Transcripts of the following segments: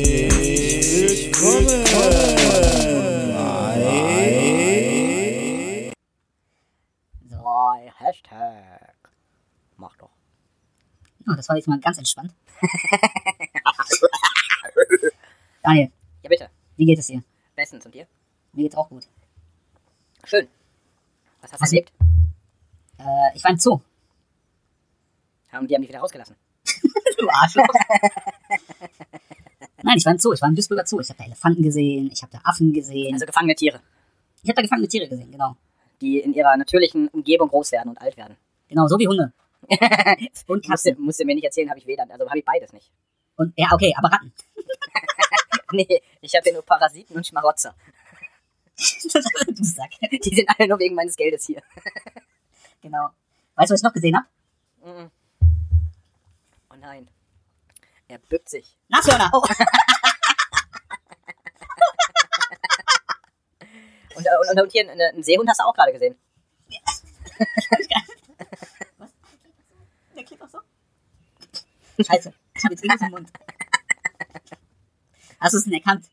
Herzlich willkommen bei Drei Hashtag. Mach doch. Ja, Ah, das war jetzt mal ganz entspannt. Daniel, Ja, bitte. wie geht es dir? Bestens und dir? Mir geht's auch gut. Schön. Was hast du Was? erlebt? Äh, ich war im Zoo. Haben die haben dich wieder rausgelassen. Du Arschloch. Nein, ich war im Zoo. Ich war im Duisburger Zoo. Ich habe da Elefanten gesehen. Ich habe da Affen gesehen. Also gefangene Tiere, ich habe da gefangene Tiere gesehen, genau. die in ihrer natürlichen Umgebung groß werden und alt werden. Genau, so wie Hunde. Und Musst du, Katzen. musst du mir nicht erzählen, habe ich weder. Also habe ich beides nicht. Und, ja, okay, aber Ratten. Nee, ich habe ja nur Parasiten und Schmarotzer. du Sack. Die sind alle nur wegen meines Geldes hier. Genau. Weißt du, was ich noch gesehen habe? Mhm. Oh nein. Er bückt sich. Nashörner. Oh. Und, äh, und, und hier einen, einen Seehund hast du auch gerade gesehen. Der klebt auch so. Scheiße. Ich habe jetzt irgendwas im Mund. Hast du es denn erkannt?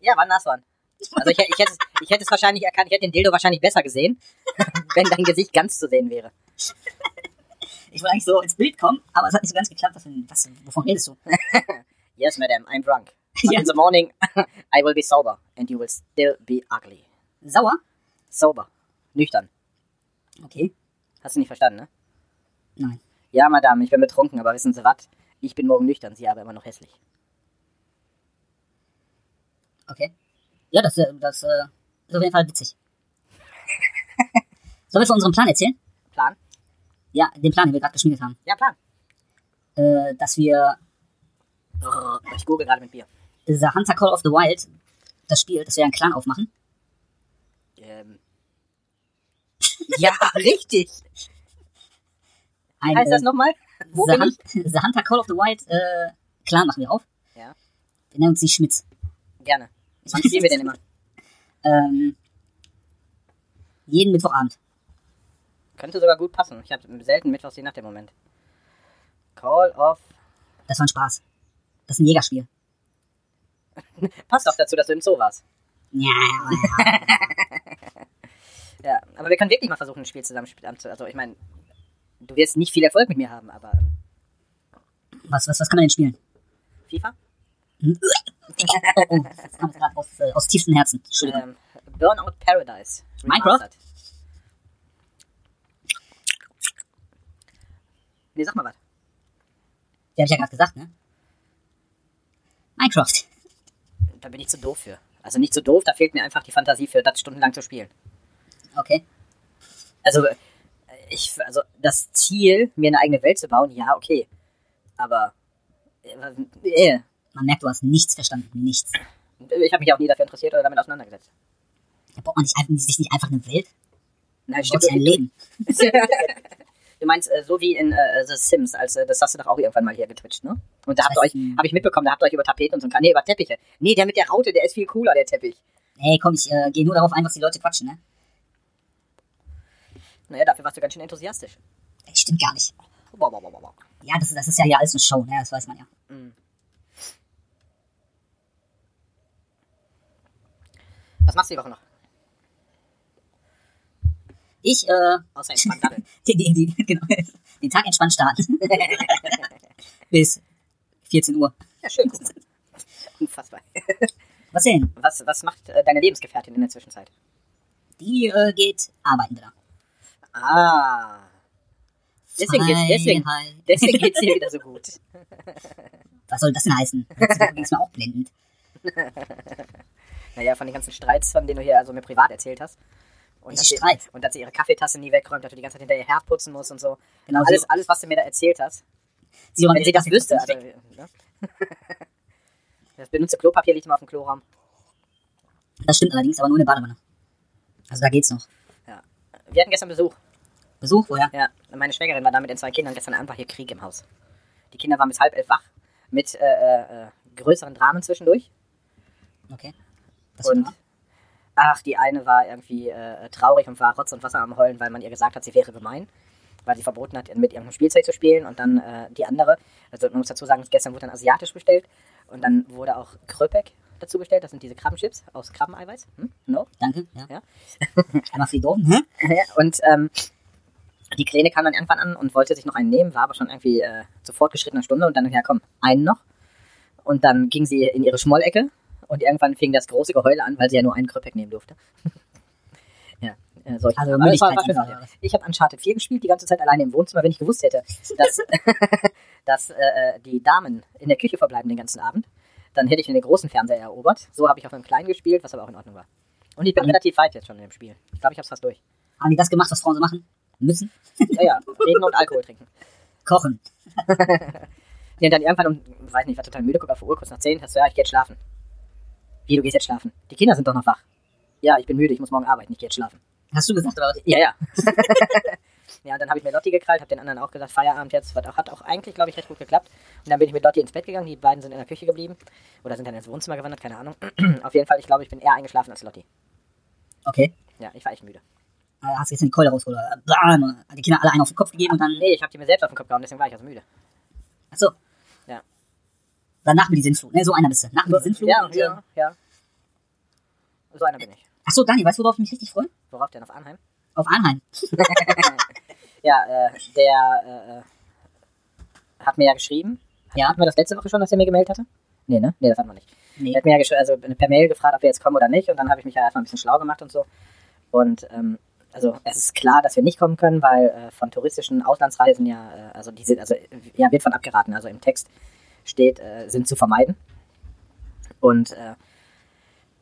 Ja, war ein Nashorn. Also ich, ich, hätte es, ich hätte es wahrscheinlich erkannt, ich hätte den Dildo wahrscheinlich besser gesehen, wenn dein Gesicht ganz zu sehen wäre. Ich wollte eigentlich so ins Bild kommen, aber es hat nicht so ganz geklappt. Was, denn- was, wovon redest du? Yes, madam, I'm drunk. But Ja. In the morning, I will be sober and you will still be ugly. Sauer? Sober. Nüchtern. Okay. Hast du nicht verstanden, ne? Nein. Ja, madame, ich bin betrunken, aber wissen Sie was? Ich bin morgen nüchtern, Sie aber immer noch hässlich. Okay. Ja, das, äh, das äh, ist auf jeden Fall witzig. Sollen wir von unserem Plan erzählen? Plan? Ja, den Plan, den wir gerade geschmiedet haben. Ja, Plan. Äh, dass wir Brrr, Ich google gerade mit Bier. The Hunter Call of the Wild, das Spiel, dass wir einen Clan aufmachen. Ähm. Ja, richtig. Ein, Heißt das nochmal? Wo äh, The, bin ich? Hun- The Hunter Call of the Wild äh, Clan machen wir auf. Ja. Wir nennen uns die Schmitz. Gerne. Wann spielen wir denn immer? Ähm, jeden Mittwochabend. Könnte sogar gut passen. Ich habe selten Mittwochs die Nacht im Moment. Call of. Das war ein Spaß. Das ist ein Jägerspiel. Passt auch dazu, dass du im Zoo warst. Ja, ja, ja. Ja, aber wir können wirklich mal versuchen, ein Spiel zusammen zu Also, ich meine, du wirst nicht viel Erfolg mit mir haben, aber ähm, Was, was, was kann man denn spielen? FIFA? Äh, Oh, oh, das kam jetzt gerade aus, äh, aus tiefstem Herzen. Entschuldigung. Ähm, Burnout Paradise. Minecraft? Remastered. Nee, sag mal was. Die habe ich ja gerade gesagt, ne? Minecraft. Da bin ich zu doof für. Also nicht zu doof, da fehlt mir einfach die Fantasie für, das stundenlang zu spielen. Okay. Also, äh, ich, also das Ziel, mir eine eigene Welt zu bauen, ja, okay. Aber äh, äh, Man merkt, du hast nichts verstanden. Nichts. ich habe mich auch nie dafür interessiert oder damit auseinandergesetzt. Da braucht man nicht einfach, sich nicht einfach eine Welt. Nein, Man braucht sich ein Leben. Du meinst, äh, so wie in äh, The Sims, als äh, das hast du doch auch irgendwann mal hier getwitcht, ne? Und da habt ihr euch, Hm. habe ich mitbekommen, da habt ihr euch über Tapeten und so ein Nee, über Teppiche. Nee, der mit der Raute, der ist viel cooler, der Teppich. Hey, komm, ich äh, gehe nur darauf ein, was die Leute quatschen, ne? Naja, dafür warst du ganz schön enthusiastisch. Ey, stimmt gar nicht. Boah, boah, boah, boah, boah. Ja, das, das ist ja hier alles eine Show, ne? Das weiß man ja. Was machst du die Woche noch? Ich, äh, Außer entspannt daddeln. die, die, die, genau, den Tag entspannt starten. Bis 14 Uhr. Ja, schön, guck mal. Unfassbar. Was denn? Was, was macht äh, deine Lebensgefährtin in der Zwischenzeit? Die äh, geht arbeiten wieder. Ah. Deswegen, geht's- deswegen, Freiheit. deswegen geht's dir wieder so gut. Was soll das denn heißen? Das ist übrigens mal auch blendend. Naja, von den ganzen Streits, von denen du hier also mir privat erzählt hast. Und Welche dass, sie, Streit? und dass sie ihre Kaffeetasse nie wegräumt, dass du die ganze Zeit hinter ihr herputzen musst und so. Genau, alles, so. alles, was du mir da erzählt hast. Sie räumt Wenn also- sie ihre das wüsste. Also, Kaffeetasse weg. ne? Das benutzte Klopapier liegt immer auf dem Kloraum. also- Das stimmt allerdings, aber nur in der Badewanne. Also da geht's noch. Ja. Wir hatten gestern Besuch. Besuch, woher? Ja, meine Schwägerin war da mit den zwei Kindern gestern einfach hier Krieg im Haus. Die Kinder waren bis halb elf wach mit äh, äh, äh, größeren Dramen zwischendurch. Okay. Das Und war- ach, die eine war irgendwie äh, traurig und war Rotz und Wasser am Heulen, weil man ihr gesagt hat, sie wäre gemein, weil sie verboten hat, mit irgendeinem Spielzeug zu spielen. Und dann äh, die andere, also man muss dazu sagen, gestern wurde dann asiatisch bestellt. Und dann wurde auch Kröpek dazu bestellt. Das sind diese Krabbenchips aus Krabbeneiweiß. Hm? No? Danke. Ja. Ja. Einmal für die Doofen, hä? Und ähm, die Kleine kam dann irgendwann an und wollte sich noch einen nehmen, war aber schon irgendwie äh, zu fortgeschrittener Stunde und dann, ja komm, einen noch. Und dann ging sie in ihre Schmollecke und irgendwann fing das große Geheule an, weil sie ja nur einen Kröpek nehmen durfte. ja, äh, solche Also Sachen. Aber es war- war Mündigkeiten, schön, ja. ja. Ich habe Uncharted 4 gespielt, die ganze Zeit alleine im Wohnzimmer, wenn ich gewusst hätte, dass, dass äh, die Damen in der Küche verbleiben den ganzen Abend, dann hätte ich den großen Fernseher erobert. So habe ich auf einem kleinen gespielt, was aber auch in Ordnung war. Und ich bin Mhm. relativ weit jetzt schon im Spiel. Ich glaube, ich habe es fast durch. Haben die das gemacht, was Frauen so machen? Müssen? Ja, ja, reden und Alkohol trinken. Kochen. Ja, dann irgendwann um, weiß nicht, war total müde, guck auf die Uhr, kurz nach 10, hast du, ja, ich geh jetzt schlafen. Wie, du gehst jetzt schlafen? Die Kinder sind doch noch wach. Ja, ich bin müde, ich muss morgen arbeiten, ich geh jetzt schlafen. Hast du gesagt, oder was? Ja, ja. ja, und dann habe ich mir Lotti gekrallt, habe den anderen auch gesagt, Feierabend jetzt, was auch, hat auch eigentlich, glaube ich, recht gut geklappt. Und dann bin ich mit Lotti ins Bett gegangen, die beiden sind in der Küche geblieben. Oder sind dann ins Wohnzimmer gewandert, keine Ahnung. auf jeden Fall, ich glaube, ich bin eher eingeschlafen als Lotti. Okay. Ja, ich war echt müde. Äh, Hast du jetzt eine Keule rausgeholt? Oder? Bam! Hat die Kinder alle einen auf den Kopf gegeben und dann. Nee, ich habe die mir selbst auf den Kopf gehauen, deswegen war ich also müde. Achso. Ja. Dann nach mir die Sinnflut. Ne, so einer bist du. Nach mir die Sinnflut. ja, und, ja, Äh, ja. So einer bin ich. achso, Dani, weißt du, worauf ich mich richtig freue? Worauf denn auf Anheim? Auf Arnheim. Ja, äh, der äh, hat mir ja geschrieben. Ja. Hatten wir das letzte Woche schon, dass er mir gemeldet hatte? Nee, ne? Nee, das hatten wir nicht. Nee. Er hat mir ja gesch- also per Mail gefragt, ob wir jetzt kommen oder nicht. Und dann habe ich mich ja erstmal ein bisschen schlau gemacht und so. Und ähm, also es ist klar, dass wir nicht kommen können, weil äh, von touristischen Auslandsreisen ja, äh, also die sind, also äh, ja, wird von abgeraten. Also im Text steht, äh, sind zu vermeiden. Und äh,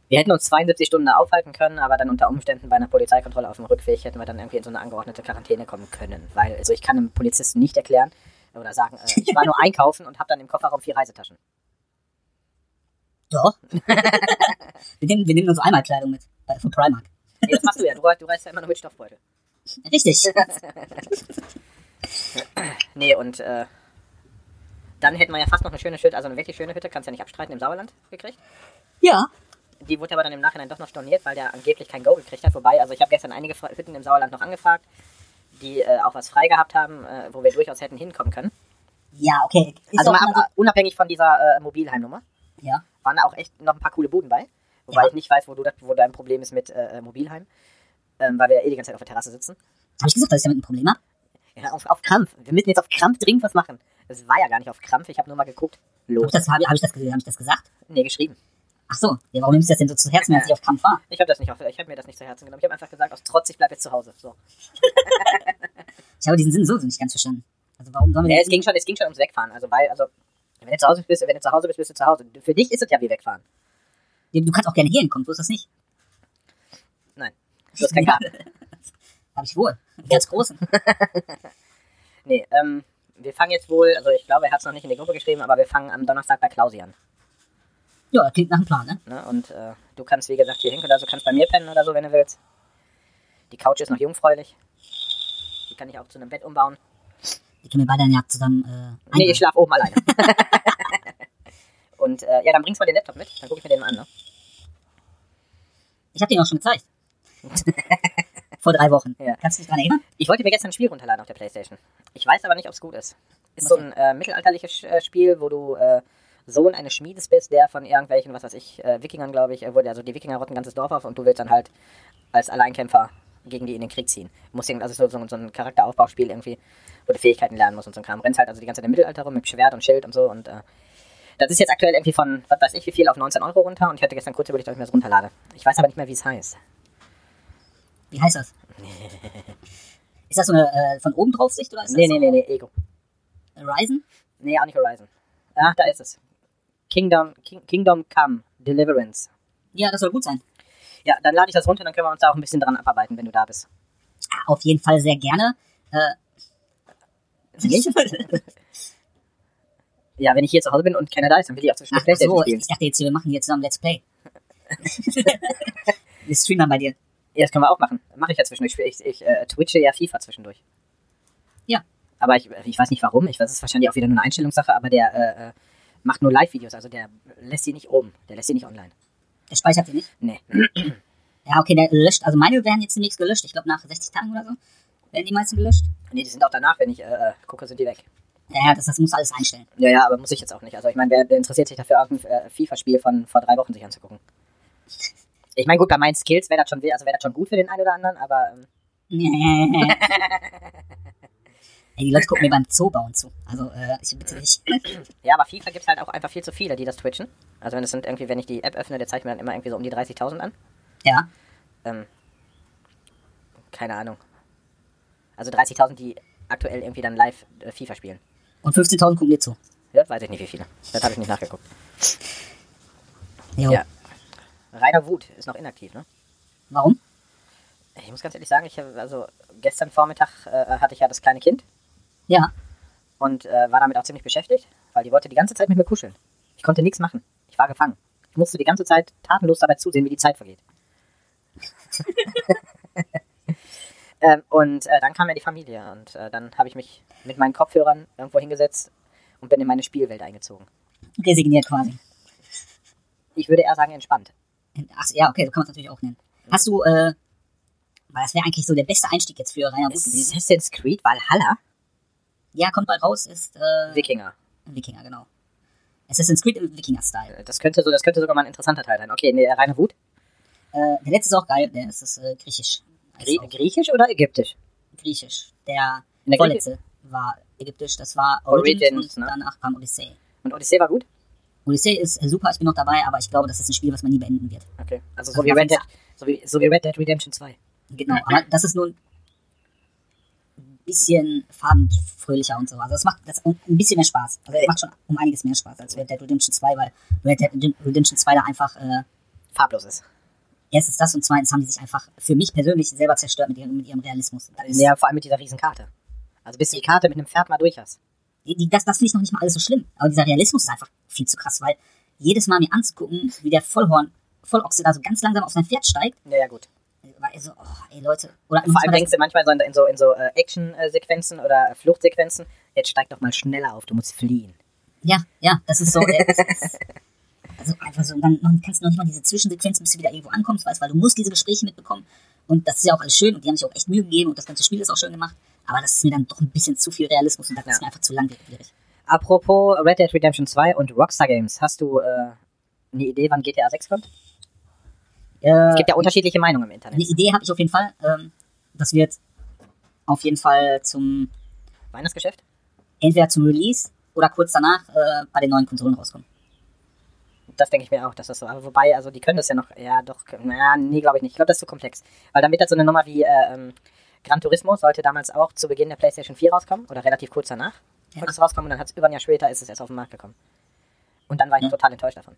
wir hätten uns 72 Stunden da aufhalten können, aber dann unter Umständen bei einer Polizeikontrolle auf dem Rückweg hätten wir dann irgendwie in so eine angeordnete Quarantäne kommen können. Weil, also ich kann einem Polizisten nicht erklären oder sagen, äh, ich war nur einkaufen und habe dann im Kofferraum vier Reisetaschen. Doch. wir, nehmen, wir nehmen nur so einmal Kleidung mit. Bei, von Primark. Nee, das machst du ja. Du, reist- du reist ja immer nur mit Stoffbeutel. Richtig. Nee, und äh, dann hätten wir ja fast noch eine schöne Hütte, also eine wirklich schöne Hütte, kannst ja nicht abstreiten, im Sauerland gekriegt. ja. Die wurde aber dann im Nachhinein doch noch storniert, weil der angeblich kein Go gekriegt hat. Wobei, also ich habe gestern einige Fra- Hütten im Sauerland noch angefragt, die äh, auch was frei gehabt haben, äh, wo wir durchaus hätten hinkommen können. Ja, okay. Ist also auch mal immer ab, unabhängig von dieser äh, Mobilheimnummer so- Ja. waren da auch echt noch ein paar coole Buden bei. Wobei Ja. ich nicht weiß, wo, du das, wo dein Problem ist mit äh, Mobilheim, ähm, weil wir ja eh die ganze Zeit auf der Terrasse sitzen. Habe ich gesagt, dass ich damit ein Problem habe? Ja, auf, auf Krampf. Wir müssen jetzt auf Krampf dringend was machen. Das war ja gar nicht auf Krampf, ich habe nur mal geguckt. Habe ich, Los. das- hab, ich- hab ich, das ge- hab ich das gesagt? Nee, geschrieben. Ach so. Ja, warum nimmst du das denn so zu Herzen, wenn es nicht auf Kampf war? Ich habe das nicht auf, ich habe mir das nicht zu Herzen genommen. Ich habe einfach gesagt, aus Trotz, ich bleib jetzt zu Hause. So. Ich habe diesen Sinn so nicht ganz verstanden. Also warum sollen wir Ja, es jetzt ging schon, es ging schon ums Wegfahren. Also weil, also wenn du zu Hause bist, wenn du zu Hause bist, bist du zu Hause. Für dich ist es ja wie Wegfahren. Du kannst auch gerne hierhin kommen, so ist das nicht. Nein, du hast keinen Garten. Habe ich wohl. Einen Ganz großen. Nee, ähm, wir fangen jetzt wohl, also ich glaube, er hat es noch nicht in die Gruppe geschrieben, aber wir fangen am Donnerstag bei Klausi an. Ja, klingt nach einem Plan, ne? Ne? Und äh, du kannst, wie gesagt, hier hinkommen oder so, kannst bei mir pennen oder so, wenn du willst. Die Couch ist noch jungfräulich. Die kann ich auch zu einem Bett umbauen. Die können wir beide dann ja zusammen äh, Nee, einbauen. ich schlaf oben alleine. Und äh, ja, dann bringst du mal den Laptop mit, dann gucke ich mir den mal an, ne? Ich habe den auch schon gezeigt. Vor drei Wochen. Ja. Kannst du dich dran erinnern? Ich wollte mir gestern ein Spiel runterladen auf der Playstation. Ich weiß aber nicht, ob es gut ist. Ist so ein äh, mittelalterliches äh, Spiel, wo du äh, Sohn eines Schmiedes bist, der von irgendwelchen, was weiß ich, äh, Wikingern, glaube ich, äh, wurde, also die Wikinger rotten ein ganzes Dorf auf und du willst dann halt als Alleinkämpfer gegen die in den Krieg ziehen. Muss also so, so, so ein Charakteraufbauspiel irgendwie, wo du Fähigkeiten lernen musst und so ein Kram. Rennst halt also die ganze Zeit im Mittelalter rum mit Schwert und Schild und so und äh, das ist jetzt aktuell irgendwie von, was weiß ich, wie viel auf 19 Euro runter und ich hatte gestern kurz überlegt, ob ich mir das runterlade. Ich weiß aber nicht mehr, wie es heißt. Wie heißt das? ist das so eine äh, von oben drauf Sicht oder ist Nee, das nee, nee, nee, Ego. nee. Ryzen? Nee, auch nicht Horizon. Ach, da ist es. Kingdom, King, Kingdom Come, Deliverance. Ja, das soll gut sein. Ja, dann lade ich das runter, dann können wir uns da auch ein bisschen dran abarbeiten, wenn du da bist. Ah, auf jeden Fall sehr gerne. Äh, Ja, wenn ich hier zu Hause bin und keiner da ist, dann will ich auch zwischen Ach den Playstation so, ich, spielen. ich dachte jetzt, wir machen hier zusammen Let's Play. wir streamen dann bei dir. Ja, das können wir auch machen. Mache ich ja zwischendurch. Ich, ich äh, twitche ja FIFA zwischendurch. Ja. Aber ich, ich weiß nicht warum. Ich weiß, es ist wahrscheinlich auch wieder nur eine Einstellungssache, aber der äh, äh, macht nur Live-Videos. Also der lässt sie nicht oben. Der lässt sie nicht online. Der speichert die nicht. Nee. Ja, okay, der löscht. Also meine werden jetzt demnächst gelöscht. Ich glaube, nach 60 Tagen oder so werden die meisten gelöscht. Nee, die sind auch danach, wenn ich äh, äh, gucke, sind die weg. Ja, ja, das, das muss alles einstellen. Ja, ja, aber muss ich jetzt auch nicht. Also ich meine, wer, wer interessiert sich dafür, irgendein äh, FIFA-Spiel von vor drei Wochen sich anzugucken? Ich meine, gut, bei meinen Skills wäre das schon, weh- also wäre das schon gut für den einen oder anderen, aber ähm, Ey, die Leute gucken mir beim Zoobauen zu. Also, äh, ich bitte nicht. ja, aber FIFA gibt es halt auch einfach viel zu viele, die das twitchen. Also wenn es sind irgendwie, wenn ich die App öffne, der zeigt mir dann immer irgendwie so um die 30.000 an. Ja. Ähm, keine Ahnung. Also 30.000, die aktuell irgendwie dann live äh, FIFA spielen. Und 15.000 gucken dir zu. Ja, Das weiß ich nicht, wie viele. Das habe ich nicht nachgeguckt. Jo. Ja. Rainer Wut ist noch inaktiv, ne? Warum? Ich muss ganz ehrlich sagen, ich habe, also gestern Vormittag äh, hatte ich ja das kleine Kind Ja. und äh, war damit auch ziemlich beschäftigt, weil die wollte die ganze Zeit mit mir kuscheln. Ich konnte nichts machen. Ich war gefangen. Ich musste die ganze Zeit tatenlos dabei zusehen, wie die Zeit vergeht. ähm, und äh, dann kam ja die Familie und äh, dann habe ich mich mit meinen Kopfhörern irgendwo hingesetzt und bin in meine Spielwelt eingezogen. Resigniert quasi. Ich würde eher sagen entspannt. Ach, ja, okay, so kann man es natürlich auch nennen. Hast du, äh, weil das wäre eigentlich so der beste Einstieg jetzt für Rainer Gut gewesen. Assassin's Creed Valhalla? Ja, kommt bald raus, ist, äh, Wikinger. Wikinger, genau. Assassin's Creed im Wikinger-Style. Das könnte, so, das könnte sogar mal ein interessanter Teil sein. Okay, nee, reine Wut. Äh, der letzte ist auch geil, der ist das, äh, griechisch. Heißt Grie auch Griechisch oder ägyptisch? griechisch. Der, In der vorletzte war ägyptisch, das war Origins, Origins, und ne? danach kam Odyssey. Und Odyssee war gut? Odyssey ist äh, super, ich bin noch dabei, aber ich glaube, das ist ein Spiel, was man nie beenden wird. Okay. Also so wie Red Dead, so wie, so wie Red Dead Redemption 2. Genau, aber das ist nun ein bisschen farbenfröhlicher und so. Also das macht das un- ein bisschen mehr Spaß. Also es macht schon um einiges mehr Spaß als Red Dead Redemption 2, weil Red Dead Redemption 2 da einfach äh, Farblos ist. erstens das und zweitens haben die sich einfach für mich persönlich selber zerstört mit ihrem, mit ihrem Realismus. Das, ist, Ja, vor allem mit dieser riesen Karte. Also bis du die Karte mit einem Pferd mal durch hast. die, die- das, das finde ich noch nicht mal alles so schlimm. Aber dieser Realismus ist einfach viel zu krass, weil jedes Mal mir anzugucken, wie der Vollhorn, Vollochse da so ganz langsam auf sein Pferd steigt, Ja, ja, gut. war so, oh, ey Leute. Oder Vor allem denkst du manchmal so in- in so, in so äh, Action-Sequenzen oder äh, Fluchtsequenzen, jetzt steig doch mal schneller auf, du musst fliehen. Ja, ja, das ist so. äh, das ist- also einfach so, und dann noch, kannst du noch nicht mal diese Zwischensequenz, bis du wieder irgendwo ankommst, weißt, weil du musst diese Gespräche mitbekommen. Und das ist ja auch alles schön und die haben sich auch echt Mühe gegeben und das ganze Spiel ist auch schön gemacht. Aber das ist mir dann doch ein bisschen zu viel Realismus und das Ja. ist mir einfach zu langwierig. Apropos Red Dead Redemption 2 und Rockstar Games, hast du äh, eine Idee, wann GTA 6 kommt? Äh, Es gibt ja unterschiedliche Meinungen im Internet. eine Idee habe ich auf jeden Fall. Ähm, das wird auf jeden Fall zum Weihnachtsgeschäft? entweder zum Release oder kurz danach äh, bei den neuen Konsolen rauskommen. Das denke ich mir auch, dass das so. Aber wobei, also die können das ja noch, ja doch, na, nee, glaube ich nicht. Ich glaube, das ist zu komplex. Weil dann wird das so eine Nummer wie äh, ähm, Gran Turismo sollte damals auch zu Beginn der PlayStation 4 rauskommen oder relativ kurz danach. Ja. Wollte es rauskommen und dann hat es über ein Jahr später ist es erst auf den Markt gekommen. Und dann war ich Ja. total enttäuscht davon.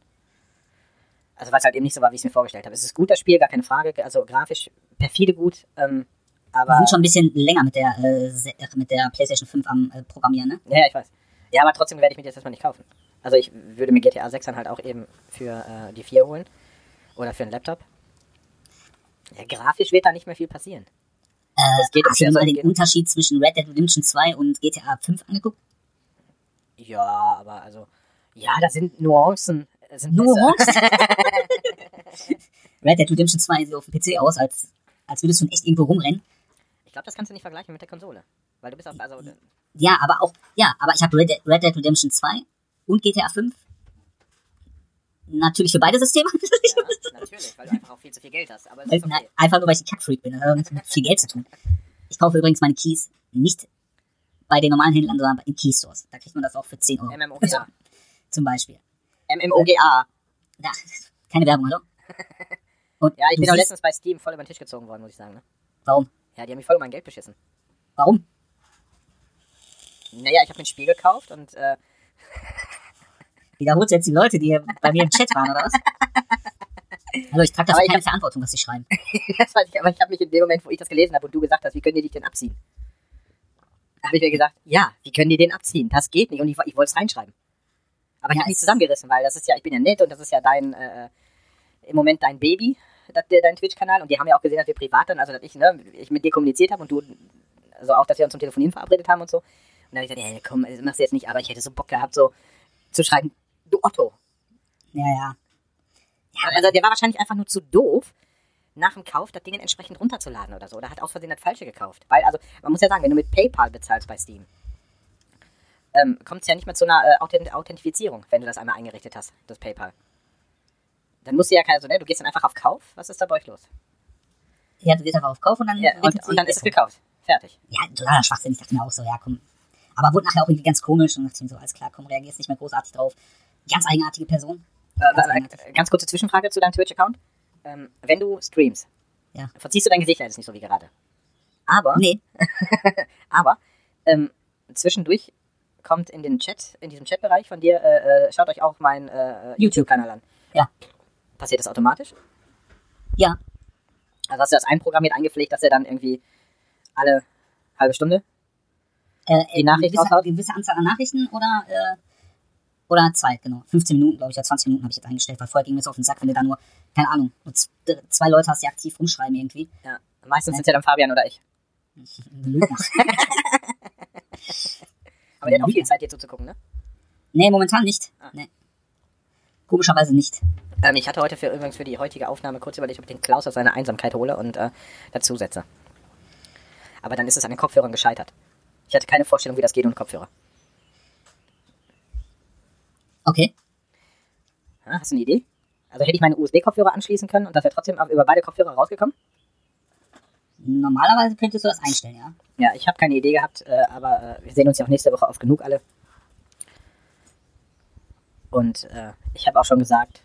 Also weil es halt eben nicht so war, wie ich es mir vorgestellt habe. Es ist gut das Spiel, gar keine Frage. Also grafisch perfide gut, ähm, Wir aber sind schon ein bisschen länger mit der, äh, Se- mit der PlayStation 5 am äh, Programmieren, ne? Ja, ja, ich weiß. Ja, aber trotzdem werde ich mir das erstmal nicht kaufen. Also ich würde mir GTA 6 dann halt auch eben für äh, die 4 holen. Oder für einen Laptop. Ja, grafisch wird da nicht mehr viel passieren. Es geht geht um Hast du dir sehr mal den viel. Unterschied zwischen Red Dead Redemption 2 und GTA 5 angeguckt? Ja, aber also. Ja, da sind Nuancen. äh, Sind besser. Nuancen? Also. Red Dead Redemption 2 sieht auf dem PC aus, als, als würdest du in echt irgendwo rumrennen. Ich glaube, das kannst du nicht vergleichen mit der Konsole. Weil du bist auch. Also, Ja, aber auch, ja, aber ich habe Red, Dead- Red Dead Redemption 2 und GTA 5. Natürlich für beide Systeme. ja, natürlich, weil du einfach auch viel zu viel Geld hast. Aber es Weil- ist na, okay. einfach nur, weil ich ein Kackfreak bin. Das hat nichts mit viel Geld zu tun. Ich kaufe übrigens meine Keys nicht bei den normalen Händlern, sondern in Keystores. Da kriegt man das auch für 10 Euro. also, MMOGA. Zum Beispiel. MMOGA. Da, keine Werbung, hallo? Und Ja, ich du bin auch siehst- letztens bei Steam voll über den Tisch gezogen worden, muss ich sagen. Ne? Warum? Ja, die haben mich voll um mein Geld beschissen. Warum? Naja, ich habe mir ein Spiel gekauft und äh, Wiederholt jetzt die Leute, die hier bei mir im Chat waren, oder was? Hallo, ich trage Aber dafür ich keine Verantwortung, was sie schreiben. das weiß ich, aber ich habe mich in dem Moment, wo ich das gelesen habe und du gesagt hast, wie können die dich denn abziehen? habe ich mir gesagt, ja, wie können die den abziehen? Das geht nicht. Und ich, wo- ich wollte es reinschreiben. Aber ich Ja, habe mich es ist- zusammengerissen, weil das ist ja, ich bin ja nett und das ist ja dein, äh, im Moment dein Baby, das, der, dein Twitch-Kanal. Und die haben ja auch gesehen, dass wir privat dann, also dass ich, ne, ich mit dir kommuniziert habe und du, also auch, dass wir uns zum Telefonieren verabredet haben und so. Und dann habe ich gesagt, ja, komm, das machst du jetzt nicht, aber ich hätte so Bock gehabt, so zu schreiben, du Otto, Ja, ja. Also der war wahrscheinlich einfach nur zu doof, nach dem Kauf das Ding entsprechend runterzuladen oder so. Oder hat aus Versehen das Falsche gekauft. Weil, also, man muss ja sagen, wenn du mit PayPal bezahlst bei Steam, ähm, kommt es ja nicht mehr zu einer äh, Authent- Authentifizierung, wenn du das einmal eingerichtet hast, das PayPal. Dann musst du ja keine, also, ne, du gehst dann einfach auf Kauf. Was ist da bei euch los? Ja, du gehst einfach auf Kauf und dann. Ja, und, ordnet und dann sie- ist es gekauft. Fertig. Ja, totaler Schwachsinn. Ich dachte mir auch so, ja, komm. Aber wurde nachher auch irgendwie ganz komisch und dachte mir so, alles klar, komm, reagierst nicht mehr großartig drauf. Ganz eigenartige Person. Äh, Ganz äh, eigenartig. äh, ganz kurze Zwischenfrage zu deinem Twitch-Account. Ähm, wenn du streamst, Ja. verziehst du dein Gesicht ja jetzt nicht so wie gerade. Aber, Nee, aber ähm, zwischendurch kommt in den Chat, in diesem Chatbereich von dir, äh, äh, schaut euch auch meinen äh, YouTube-Kanal an. Ja. Passiert das automatisch? ja, Also hast du das einprogrammiert, eingepflegt, dass er dann irgendwie alle halbe Stunde? Äh, Die Nachricht gewisse, raushaut? gewisse Anzahl an Nachrichten oder, äh, oder Zeit, genau. 15 Minuten, glaube ich, oder 20 Minuten habe ich jetzt eingestellt, weil vorher ging mir so auf den Sack, wenn du da nur, keine Ahnung, nur z- d- zwei Leute hast, die aktiv rumschreiben irgendwie. Ja. Meistens sind es ja dann Fabian oder ich. Aber der hat auch viel Zeit, dir zuzugucken, ne? nee, momentan nicht. Ah. Nee. Komischerweise nicht. Ähm, ich hatte heute für, übrigens für die heutige Aufnahme kurz überlegt, ob ich den Klaus aus seiner Einsamkeit hole und äh, dazu setze. Aber dann ist es an den Kopfhörern gescheitert. Ich hatte keine Vorstellung, wie das geht ohne Kopfhörer. Okay. Ah, hast du eine Idee? Also hätte ich meine USB-Kopfhörer anschließen können und das wäre trotzdem auf- über beide Kopfhörer rausgekommen? Normalerweise könntest du das einstellen, ja. Ja, ich habe keine Idee gehabt, äh, aber äh, wir sehen uns ja auch nächste Woche oft genug alle. Und äh, ich habe auch schon gesagt,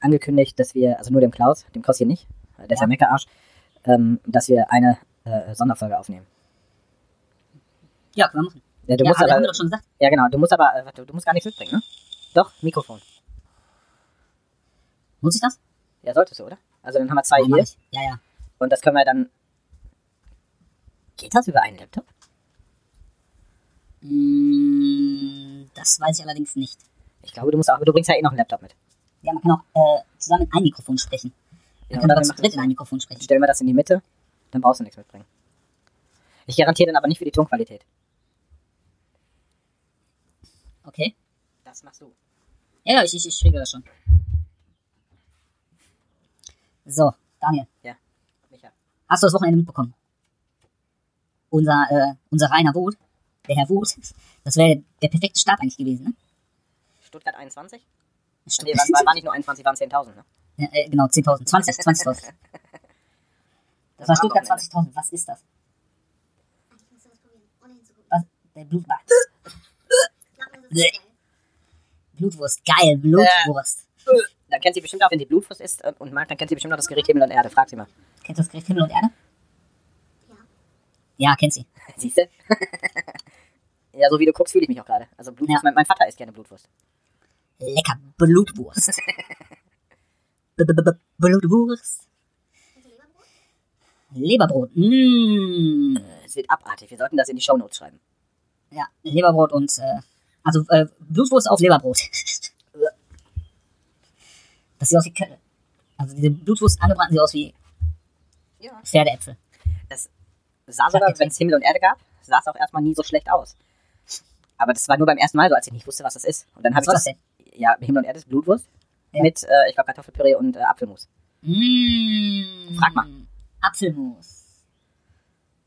angekündigt, dass wir, also nur dem Klaus, dem Klaus hier nicht, äh, der ist ja Meckerarsch, ähm, dass wir eine äh, Sonderfolge aufnehmen. Ja, können wir machen. Ja, du ja, musst aber haben aber, wir doch schon gesagt. ja, genau, du musst aber, äh, warte, du musst gar nichts mitbringen, ne? Doch, Mikrofon. Muss ich das? Ja, solltest du, oder? Also dann haben wir zwei Ja, mach hier ich. Ja, ja. und das können wir dann. Geht das über einen Laptop? Mm, das weiß ich allerdings nicht. Ich glaube, du musst auch, aber du bringst ja eh noch einen Laptop mit. Ja, man kann auch äh, zusammen in ein Mikrofon sprechen. Man Ja, kann oder aber wir zu machen dritt das in ein Mikrofon sprechen. Stellen wir das in die Mitte, dann brauchst du nichts mitbringen. Ich garantiere dann aber nicht für die Tonqualität. Okay. Das machst du. Ja, ja, ich, ich, ich regel das schon. So, Daniel, Micha. hast du das Wochenende mitbekommen? Unser, äh, unser Rainer Woth, der Herr Woth, das wäre der perfekte Start eigentlich gewesen, ne? Stuttgart 21? Nee, Stimmt. waren, waren- waren nicht nur 21, waren 10.000, ne? Ja, äh, genau, 10.000, 20, 20.000. Das war Stuttgart 20.000, was ist das? Ich muss das probieren, ohne hinzugucken. Was? Der Blutbad. Ich glaube, das ist Bleh. geil. Blutwurst, geil, Blutwurst. Dann kennt sie bestimmt auch, wenn sie Blutfuß ist äh, und mag, dann kennt sie bestimmt auch das Gericht Himmel und Erde. Frag sie mal. Kennst du das Gericht Himmel und Erde? Ja. Ja, kennt sie. Siehst du? ja, so wie du guckst, fühle ich mich auch gerade. Also Blutwurst, Ja. mein, mein Vater isst gerne Blutwurst. Lecker Blutwurst. B- b- b- Blutwurst. Kennst du Leberbrot? Leberbrot. Mmh. Es wird abartig. Wir sollten das in die Shownotes schreiben. Ja, Leberbrot und äh, also äh, Blutwurst auf Leberbrot. das sieht aus wie Kö- Also diese Blutwurst angebraten sieht aus wie Ja. Pferdeäpfel. Das sah sogar, wenn es Himmel und Erde gab, sah es auch erstmal nie so schlecht aus. Aber das war nur beim ersten Mal so, als ich nicht wusste, was das ist. Und dann habe ich Was war das. das denn? Ja, Himmel und Erde ist Blutwurst. Ja. Mit, äh, ich glaube, Kartoffelpüree und äh, Apfelmus. Mmh. Frag mal. Apfelmus.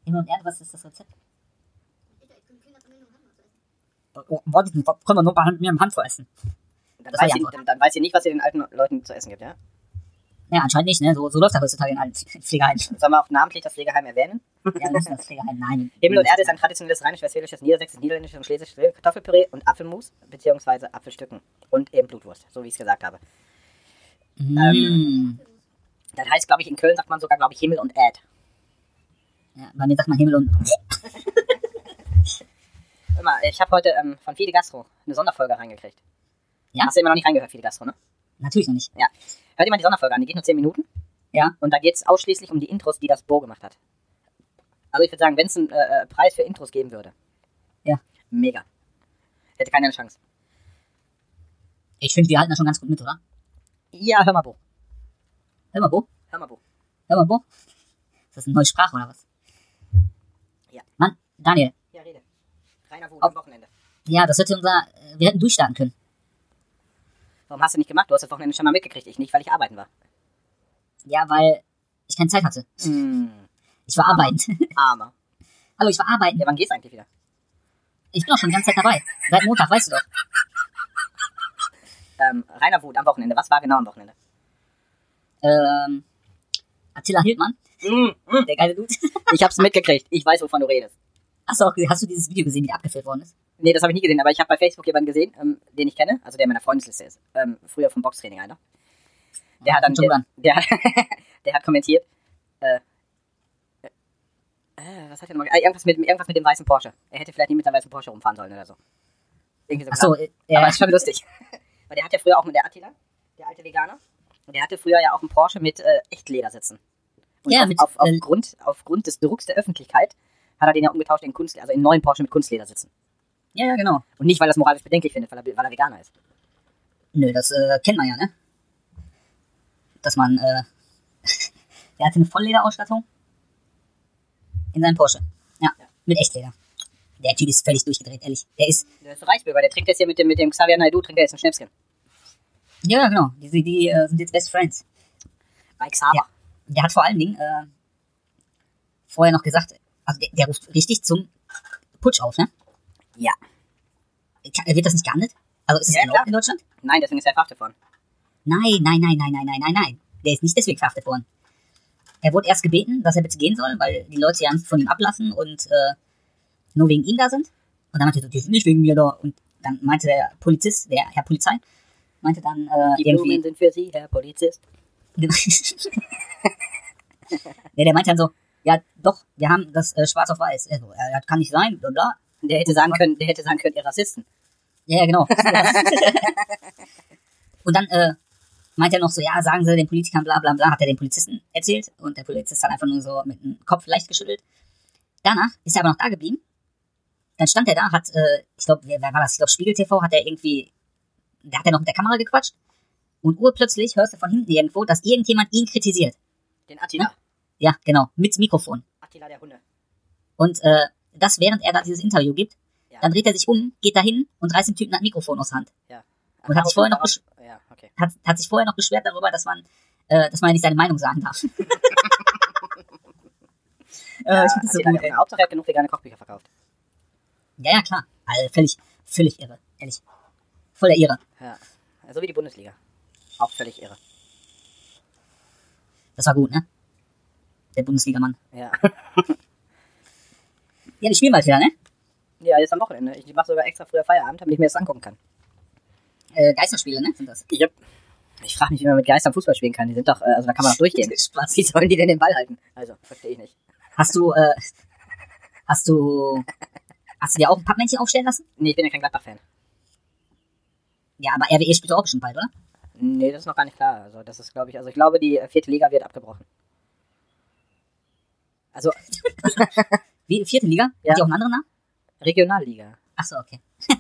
Himmel und Erde, was ist das Rezept? Ich glaub, ich bin kühner von mir, nur Hand zu essen. Oh, Warte, können wir nur bei Hand- mir im Hand essen? Dann Das war weiß, die ihr, Antwort. dann, dann weiß ihr nicht, was ihr den alten Leuten zu essen gibt, ja? Ja, anscheinend nicht, ne? So, so läuft das heutzutage in allen Pf- Pflegeheimen. Sollen wir auch namentlich das Pflegeheim erwähnen? Ja, wir müssen das Pflegeheim. Nein. Himmel und Erde ist ein traditionelles rheinisch-westfälisches, niedersächsisches, niederländisches und schlesisches Kartoffelpüree und Apfelmus, beziehungsweise Apfelstücken. Und eben Blutwurst, so wie ich es gesagt habe. Mmh. Das heißt, glaube ich, in Köln sagt man sogar, glaube ich, Himmel und Erd. Ja, bei mir sagt man Himmel und. Immer, ich habe heute ähm, von Fide Gastro eine Sonderfolge reingekriegt. Ja? Hast du immer noch nicht reingehört, Fide Gastro, ne? Natürlich noch nicht. Ja. Hört ihr mal die Sonderfolge an, die geht nur 10 Minuten. Ja. Und da geht es ausschließlich um die Intros, die das Bo gemacht hat. Also ich würde sagen, wenn es einen äh, äh, Preis für Intros geben würde, Ja. mega. Hätte keiner eine Chance. Ich finde, wir halten da schon ganz gut mit, oder? Ja, hör mal Bo. Hör mal, Bo. Hör mal Bo. Hör mal, Bo. Ist das eine neue Sprache oder was? Ja. Mann, Daniel, Ja, rede. Rainer Wut Auf- am Wochenende. ja, das hätte unser. äh, Wir hätten durchstarten können. Warum hast du nicht gemacht? Du hast das Wochenende schon mal mitgekriegt. Ich nicht, weil ich arbeiten war. Ja, weil ich keine Zeit hatte. Mm, Ich war arbeiten. armer. Hallo, ich war arbeiten. Ja, wann geht's eigentlich wieder? Ich bin auch schon die ganze Zeit dabei. Seit Montag, weißt du doch. Ähm, Rainer Wut am Wochenende. Was war genau am Wochenende? Ähm, Attila Hildmann, der geile Dude. Ich hab's mitgekriegt. Ich weiß, wovon du redest. Achso, hast du dieses Video gesehen, wie der abgefilmt worden ist? Nee, das habe ich nie gesehen, aber ich habe bei Facebook jemanden gesehen, ähm, den ich kenne, also der in meiner Freundesliste ist. Ähm, früher vom Boxtraining einer. Der hat dann. Schon Der, dran. der, der hat kommentiert. Äh, äh, was hat er nochmal? Ah, irgendwas, mit, irgendwas mit dem weißen Porsche. Er hätte vielleicht nicht mit seinem weißen Porsche rumfahren sollen oder so. Irgendwie so Achso, gesagt. äh, Aber ja, ist schon lustig. Weil der hat ja früher auch mit der Attila, der alte Veganer, der hatte früher ja auch einen Porsche mit äh, Echtleder sitzen. Und Ja, auf, mit, auf, äh, aufgrund, aufgrund des Drucks der Öffentlichkeit hat er den ja umgetauscht in Kunst, also in einen neuen Porsche mit Kunstleder sitzen. ja, ja, genau. Und nicht, weil er es moralisch bedenklich findet, weil er, weil er Veganer ist. Nö, das äh, kennt man ja, ne? Dass man, äh, der hatte eine Volllederausstattung in seinem Porsche. Ja, mit Echtleder. Der Typ ist völlig durchgedreht, ehrlich. Der ist, Der ist Reichsbürger, der trinkt jetzt hier mit dem, mit dem Xavier Naidoo, trinkt er jetzt ein Schnäpschen. ja, ja, genau, die, die, die äh, sind jetzt Best Friends. Bei Xaver. Ja. Der hat vor allen Dingen äh, vorher noch gesagt, also der, der ruft richtig zum Putsch auf, ne? Ja. Ka- Wird das nicht geahndet? Also ist das Ja, erlaubt klar. in Deutschland? Nein, deswegen ist er verhaftet worden. Nein, nein, nein, nein, nein, nein, nein, nein. Der ist nicht deswegen verhaftet worden. Er wurde erst gebeten, dass er bitte gehen soll, weil die Leute ja nicht von ihm ablassen und äh, nur wegen ihm da sind. Und dann meinte er, so, die sind nicht wegen mir da. Und dann meinte der Polizist, der Herr Polizei, meinte dann äh, Die irgendwie... Blumen sind für Sie, Herr Polizist. nee, der meinte dann so, ja doch, wir haben das äh, schwarz auf weiß. Er so, ja, das kann nicht sein, bla bla. Der hätte sagen können, der hätte sagen können, ihr Rassisten. Ja, ja, genau. und dann äh, meint er noch so, ja, sagen Sie den Politikern bla bla bla, hat er den Polizisten erzählt und der Polizist hat einfach nur so mit dem Kopf leicht geschüttelt. Danach ist er aber noch da geblieben. Dann stand er da, hat, äh, ich glaube, wer, wer war das? Ich glaube, Spiegel TV hat er irgendwie, da hat er noch mit der Kamera gequatscht und urplötzlich hörst du von hinten irgendwo, dass irgendjemand ihn kritisiert. Den Attila. Ja, genau, mit Mikrofon. Attila der Hunde. Und äh, das, während er da dieses Interview gibt, Ja. dann dreht er sich um, geht dahin und reißt dem Typen das Mikrofon aus der Hand. Und hat darauf- sich vorher noch darauf- Ja, okay. hat, hat sich vorher noch beschwert darüber, dass man, äh, dass man nicht seine Meinung sagen darf. äh, ich Ja, finde das so Attila gut. der Hunde. Hauptsache er hat genug vegane Kochbücher verkauft. Ja, ja, klar. Also völlig, völlig irre. Ehrlich. Voll der Irre. Ja. So wie die Bundesliga. Auch völlig irre. Das war gut, ne? Der Bundesligamann. Ja. Ja, die spielen bald wieder, ne? ja, jetzt am Wochenende. Ich mache sogar extra früher Feierabend, damit ich mir das angucken kann. Äh, Geisterspiele, ne? Sind das. Yep. Ich frage mich, wie man mit Geistern Fußball spielen kann. Die sind doch, äh, also da kann man doch durchgehen. Spaß. wie sollen die denn den Ball halten? Also, verstehe ich nicht. Hast du, äh, hast du, hast du dir auch ein Pappmännchen aufstellen lassen? Nee, ich bin ja kein Gladbach-Fan. Ja, aber RWE spielt doch auch bestimmt bald, oder? Nee, das ist noch gar nicht klar. Also, das ist, glaube ich, also ich glaube, die äh, vierte Liga wird abgebrochen. Also, Wie, vierte Liga? Ja. Hat die auch einen anderen Namen? Regionalliga, Ach so, okay.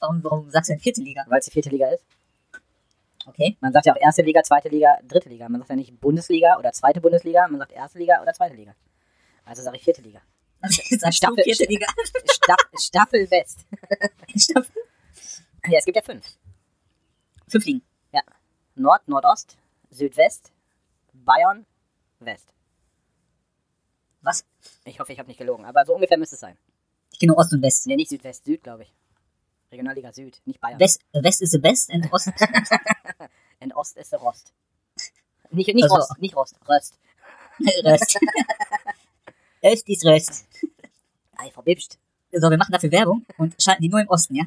warum, warum sagst du denn vierte Liga? weil es die vierte Liga ist. Okay. Man sagt ja auch erste Liga, zweite Liga, dritte Liga. Man sagt ja nicht Bundesliga oder zweite Bundesliga, man sagt erste Liga oder zweite Liga. Also sage ich vierte Liga. Sagst du Staffel- vierte Liga? Staff- Staffel West. Staffel. Ja, es gibt ja fünf. Fünf Ligen. Ja. Nord, Nordost, Südwest, Bayern, West. Was? Ich hoffe, ich habe nicht gelogen, aber so ungefähr müsste es sein. Ich kenne nur Ost und West. Nee, nicht Südwest, Süd, glaube ich. Regionalliga Süd, nicht Bayern. West, äh, West ist the best and Ost. Und Ost ist der Rost. Nicht, nicht Also- Rost, nicht Rost, Röst. Röst. Öst ist Röst. Ei, verbibst. So, wir machen dafür Werbung und schalten die nur im Osten, ja?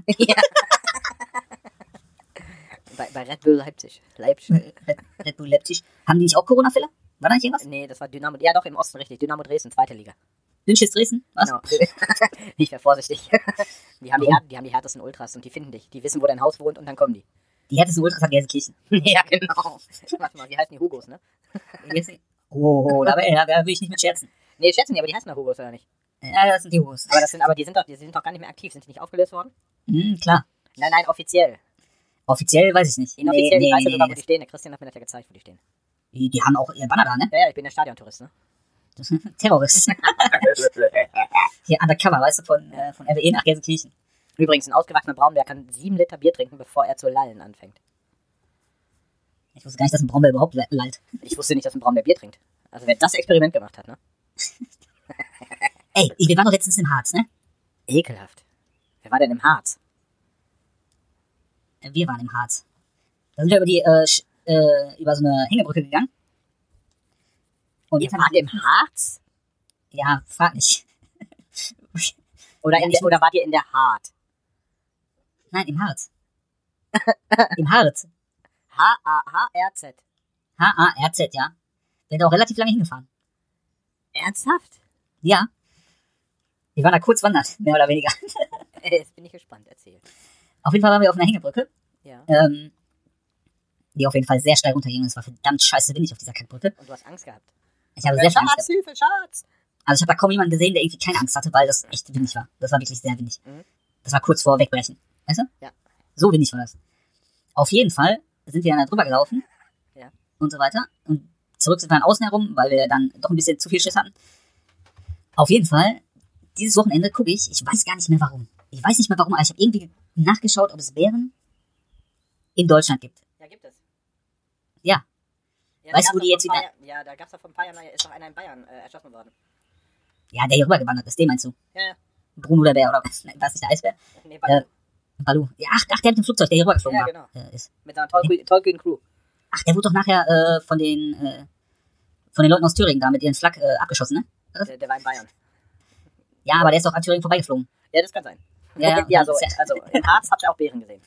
Bei, bei Red Bull Leipzig. Leipzig. Red, Red Bull Leipzig. Haben die nicht auch Corona-Fälle? War da nicht irgendwas? Nee, das war Dynamo. Ja, doch, im Osten richtig. Dynamo Dresden, zweite Liga. Dünnschiss Dresden? Was? Genau. ich wäre vorsichtig. Die haben die, Här- die haben die härtesten Ultras und die finden dich. Die wissen, wo dein Haus wohnt und dann kommen die. Die härtesten Ultras hat Gelsenkirchen. Ja, genau. Warte mal, die heißen die Hugos, ne? Gelsen- Oh, da, da, da will ich nicht mit scherzen. Nee, schätzen die, aber die heißen doch Hugos, oder nicht? Ja, das sind die Hugos. Aber, das sind, aber die, sind doch, die sind doch gar nicht mehr aktiv. Sind die nicht aufgelöst worden? Hm, klar. Nein, nein, offiziell. Offiziell weiß ich nicht. Inoffiziell, ich weiß ja sogar, wo die das- stehen. Der Christian hat mir das ja gezeigt, wo die stehen. die, die haben auch ihr Banner da, ne? Ja, ja, ich bin der Stadiontourist, ne? Terrorist. Hier undercover, weißt du, von, äh, von RWE nach Gelsenkirchen. Übrigens, ein ausgewachsener Braunbär kann sieben Liter Bier trinken, bevor er zu lallen anfängt. Ich wusste gar nicht, dass ein Brombeer überhaupt le- lallt. Ich wusste nicht, dass ein Braunbär Bier trinkt. Also wer das Experiment gemacht hat, ne? Ey, wir waren doch letztens im Harz, ne? Ekelhaft. Wer war denn im Harz? Äh, Wir waren im Harz. Da sind wir über die, äh, Sch- äh, über so eine Hängebrücke gegangen. Und jetzt haben wir, im Harz? ja, frag nicht. Oder, in Ja, ich- der, oder wart ihr in der Hart? Nein, im Harz. Im Harz. H-A-H-R-Z. H-A-R-Z, ja. Wir sind auch relativ lange hingefahren. Ernsthaft? Ja. Wir waren da kurz wandert, mehr oder weniger. Äh, Jetzt bin ich gespannt, erzähl. Auf jeden Fall waren wir auf einer Hängebrücke, Ja. ähm, die auf jeden Fall sehr steil runterging. und Es war verdammt scheiße windig auf dieser Kackbrücke. Und du hast Angst gehabt. Ich habe sehr viel Angst gehabt. Schatz, Hilfe, Schatz! Also ich habe da kaum jemanden gesehen, der irgendwie keine Angst hatte, weil das echt windig war. Das war wirklich sehr windig. Mhm. Das war kurz vor Wegbrechen. Weißt du? Ja. So windig war das. Auf jeden Fall sind wir dann da drüber gelaufen. Ja. Und so weiter. Und zurück sind wir dann außen herum, weil wir dann doch ein bisschen zu viel Schiss hatten. Auf jeden Fall, dieses Wochenende gucke ich, ich weiß gar nicht mehr warum. Ich weiß nicht mehr warum, aber ich habe irgendwie nachgeschaut, ob es Bären in Deutschland gibt. Ja, gibt es. Ja. Ja, Weißt da du, wo gab's die doch vor jetzt ein wieder- paar Jahr- Ja, da gab es doch vor ein paar Jahren, ist doch einer in Bayern äh, erschossen worden. Ja, der hier rübergewandert ist, den meinst du? Ja, ja. Bruno der Bär oder was? Nein, was ist der Eisbär? Nee, Bayern. Balu. Ja, ach, ach, der mit dem Flugzeug, der hier rübergeflogen Ja, genau. war. Äh, ist. Mit einer tollkühnen tollkühnen Crew. Ach, der wurde doch nachher äh, von den äh, von den Leuten aus Thüringen da mit ihren Flak äh, abgeschossen, ne? Der, der war in Bayern. Ja, aber der ist doch an Thüringen vorbeigeflogen. Ja, das kann sein. Ja, ja, ja so, das ist ja- also im Harz habt ihr auch Bären gesehen.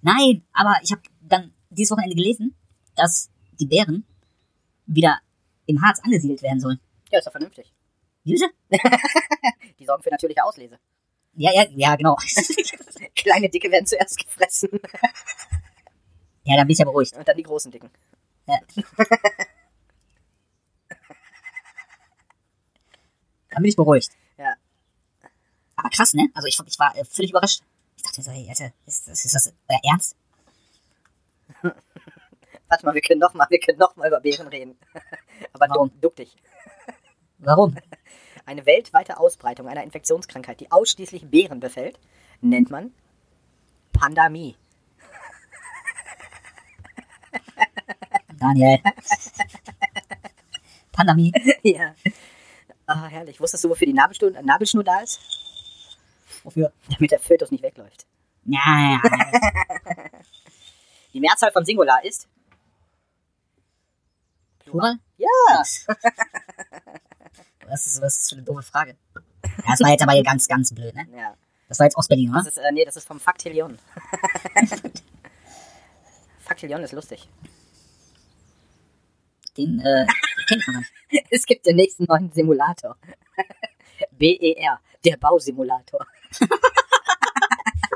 Nein, aber ich habe dann dieses Wochenende gelesen, dass die Bären wieder im Harz angesiedelt werden sollen. Ja, ist doch vernünftig. Wie bitte? Die sorgen für natürliche Auslese. Ja, ja, ja, genau. Kleine Dicke werden zuerst gefressen ja, dann bin ich ja beruhigt. und dann die großen Dicken. Dann bin ich beruhigt. Ja. Aber krass, ne? Also ich, ich war äh, völlig überrascht. Ich dachte mir so, ey, Alter, ist, das- ist das euer Ernst? Warte mal, wir können nochmal, wir können noch mal über Bären reden. Aber du, Warum? duck dich. Warum? Eine weltweite Ausbreitung einer Infektionskrankheit, die ausschließlich Bären befällt, nennt man Pandemie. Daniel. Pandemie. ja. Ah, herrlich. Wusstest du, wofür die Nabelschnur, Nabelschnur da ist? Wofür? Damit der Fötus nicht wegläuft. Ja, ja, ja. Die Mehrzahl von Singular ist Plural? Ja. Was ist, was ist für eine doofe Frage? Ja, das war jetzt aber hier ganz, ganz blöd, ne? Ja. Das war jetzt Ostberlin, Das oder? ist, äh, nee, das ist vom Faktillion. Faktillion ist lustig. Den, äh, kenn ich noch nicht. Es gibt den nächsten neuen Simulator. BER, E der Bausimulator.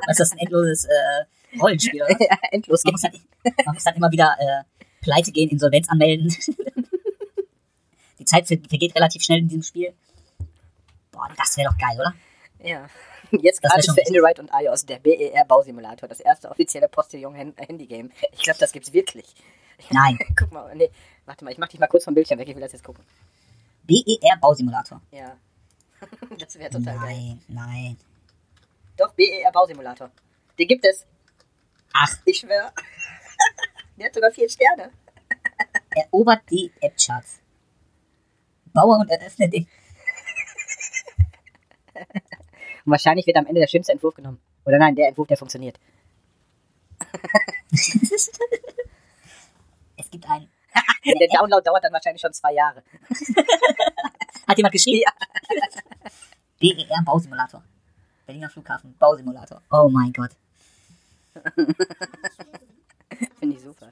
Was ist das, ein endloses, äh, Rollenspiel, oder? Ja, Endlos Man muss, dann, halt, man muss dann immer wieder, äh, pleite gehen, Insolvenz anmelden. Die Zeit ver- vergeht relativ schnell in diesem Spiel. Boah, das wäre doch geil, oder? Ja. Jetzt Das gerade wär schon für was. Android und iOS der BER Bausimulator, das erste offizielle Postillon-Handy-Game. Ich glaube, das gibt's wirklich. Nein. Guck mal, nee, warte mal, ich mach dich mal kurz vom Bildschirm weg, ich will das jetzt gucken. BER E Bausimulator. Ja. Das wäre total geil. Nein, nein. Doch, BER Bausimulator. Den gibt es, Ach, ich schwör. Der hat sogar vier Sterne. erobert die App-Charts. Bauer und eröffnet den Und wahrscheinlich wird am Ende der schönste Entwurf genommen. Oder nein, der Entwurf, der funktioniert. Es gibt einen. Und der Download dauert dann wahrscheinlich schon zwei Jahre. Hat jemand geschrieben? BER Bausimulator. Berliner Flughafen Bausimulator. Oh mein Gott. Finde ich super.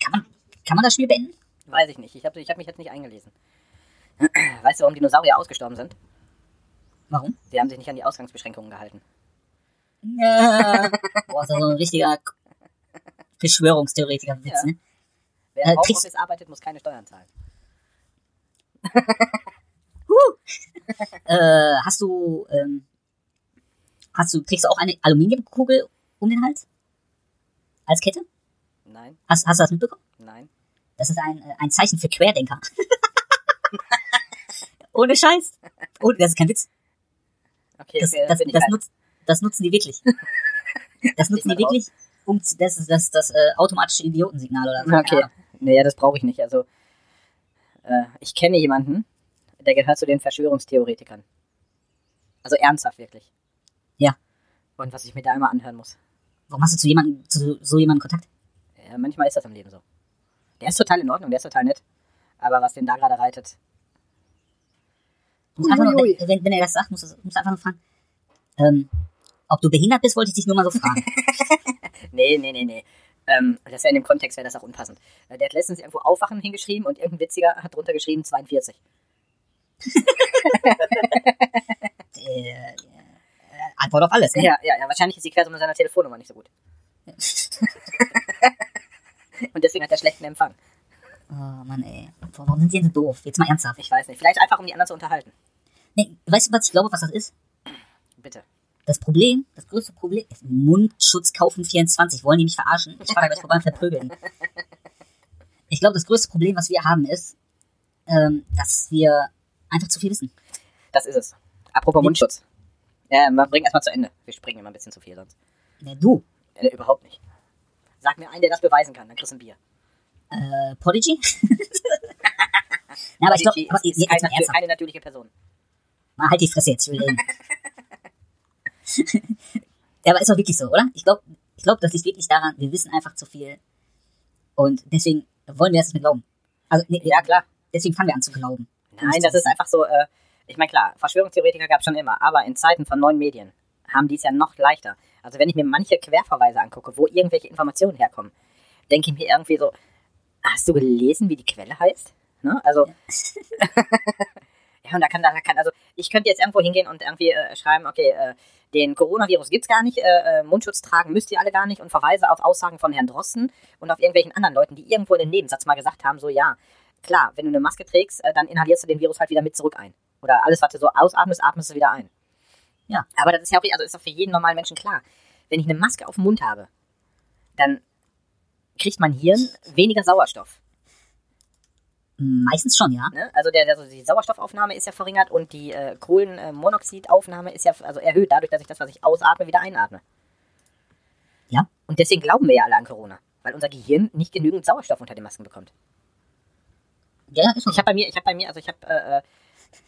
Kann man, kann man das Spiel beenden? Weiß ich nicht. Ich habe ich hab mich jetzt nicht eingelesen. Weißt du, warum Dinosaurier ausgestorben sind? Warum? Sie haben sich nicht an die Ausgangsbeschränkungen gehalten. Ja. Boah, ist das so ein richtiger Verschwörungstheoretiker-Witz, Ja. ne? Wer Äh, im kriegst- Homeoffice arbeitet, muss keine Steuern zahlen. Äh, hast du, ähm, hast du, kriegst du auch eine Aluminiumkugel um den Hals? Als Kette? Nein, Hast, hast du das mitbekommen? nein. Das ist ein, äh, ein Zeichen für Querdenker. Ohne Scheiß. Oh, das ist kein Witz. Okay, das, okay, das, bin ich halt. das, leid. nutzt, das nutzen die wirklich. Das nutzen mal die wirklich, um zu- das ist das, das äh, automatische Idiotensignal oder so. Okay. Naja, ah, das brauche ich nicht. Also, äh, ich kenne jemanden, der gehört zu den Verschwörungstheoretikern. Also ernsthaft wirklich. Und was ich mir da immer anhören muss. Warum hast du zu jemandem, zu so jemandem Kontakt? Ja, Äh, manchmal ist das im Leben so. Der ist total in Ordnung, der ist total nett. Aber was den da gerade reitet, Du musst einfach nur, Uiuiui. wenn, wenn- wenn er das sagt, musst du musst du einfach nur fragen. Ähm, ob du behindert bist, wollte ich dich nur mal so fragen. Nee, nee, nee, nee. Ähm, das wäre in dem Kontext wäre das auch unpassend. Äh, Der hat letztens irgendwo Aufwachen hingeschrieben und irgendein Witziger hat drunter geschrieben 42. äh, äh, Antwort auf alles, ne? Ja, ja, ja. Wahrscheinlich ist die Quersumme seiner Telefonnummer nicht so gut. Und deswegen hat er schlechten Empfang. Oh Mann, ey. Warum sind die denn so doof? Jetzt mal ernsthaft. Ich weiß nicht. Vielleicht einfach, um die anderen zu unterhalten. Nee, weißt du, was ich glaube, was das ist? Bitte. Das Problem, das größte Problem ist Mundschutz kaufen 24. Wollen die mich verarschen? Ich fahre da gleich vorbei und verprügeln. Ich glaube, das größte Problem, was wir haben, ist, ähm, dass wir einfach zu viel wissen. Das ist es. Apropos Mundschutz. Ja, wir bringen erstmal zu Ende. Wir springen immer ein bisschen zu viel sonst. Ja, Ne, du, Äh, überhaupt nicht. Sag mir einen, der das beweisen kann, dann kriegst du ein Bier. äh, Podigy? Na, aber ich glaube, Gigi aber ist jetzt mal keine, ernsthaft. eine natürliche Person. Mal halt die Fresse jetzt, ich will reden. ja, aber ist doch wirklich so, oder? Ich glaube, ich glaub, das liegt wirklich daran, wir wissen einfach zu viel. Und deswegen wollen wir es nicht mehr glauben. Also, nee, Ja, klar. deswegen fangen wir an zu glauben. Nein, das ist einfach so, äh, ich meine, klar, Verschwörungstheoretiker gab es schon immer, aber in Zeiten von neuen Medien haben die es ja noch leichter. Also wenn ich mir manche Querverweise angucke, wo irgendwelche Informationen herkommen, denke ich mir irgendwie so, hast du gelesen, wie die Quelle heißt? Ne? Also, ja, und da kann, da kann, also ich könnte jetzt irgendwo hingehen und irgendwie äh, schreiben, okay, äh, den Coronavirus gibt's gar nicht, äh, äh, Mundschutz tragen müsst ihr alle gar nicht und verweise auf Aussagen von Herrn Drosten und auf irgendwelchen anderen Leuten, die irgendwo in den Nebensatz mal gesagt haben, so ja, klar, wenn du eine Maske trägst, äh, dann inhalierst du den Virus halt wieder mit zurück ein. Oder alles, was du so ausatmest, atmest du wieder ein. Ja. Aber das ist ja auch, also ist doch für jeden normalen Menschen klar. Wenn ich eine Maske auf dem Mund habe, dann kriegt mein Hirn weniger Sauerstoff. Meistens schon, ja. Ne? Also, der, also die Sauerstoffaufnahme ist ja verringert und die äh, Kohlenmonoxidaufnahme ist ja also erhöht, dadurch, dass ich das, was ich ausatme, wieder einatme. Ja. Und deswegen glauben wir ja alle an Corona, weil unser Gehirn nicht genügend Sauerstoff unter den Masken bekommt. Ja, ja, ist schon Ich habe bei mir, ich habe bei mir, also ich habe äh, äh,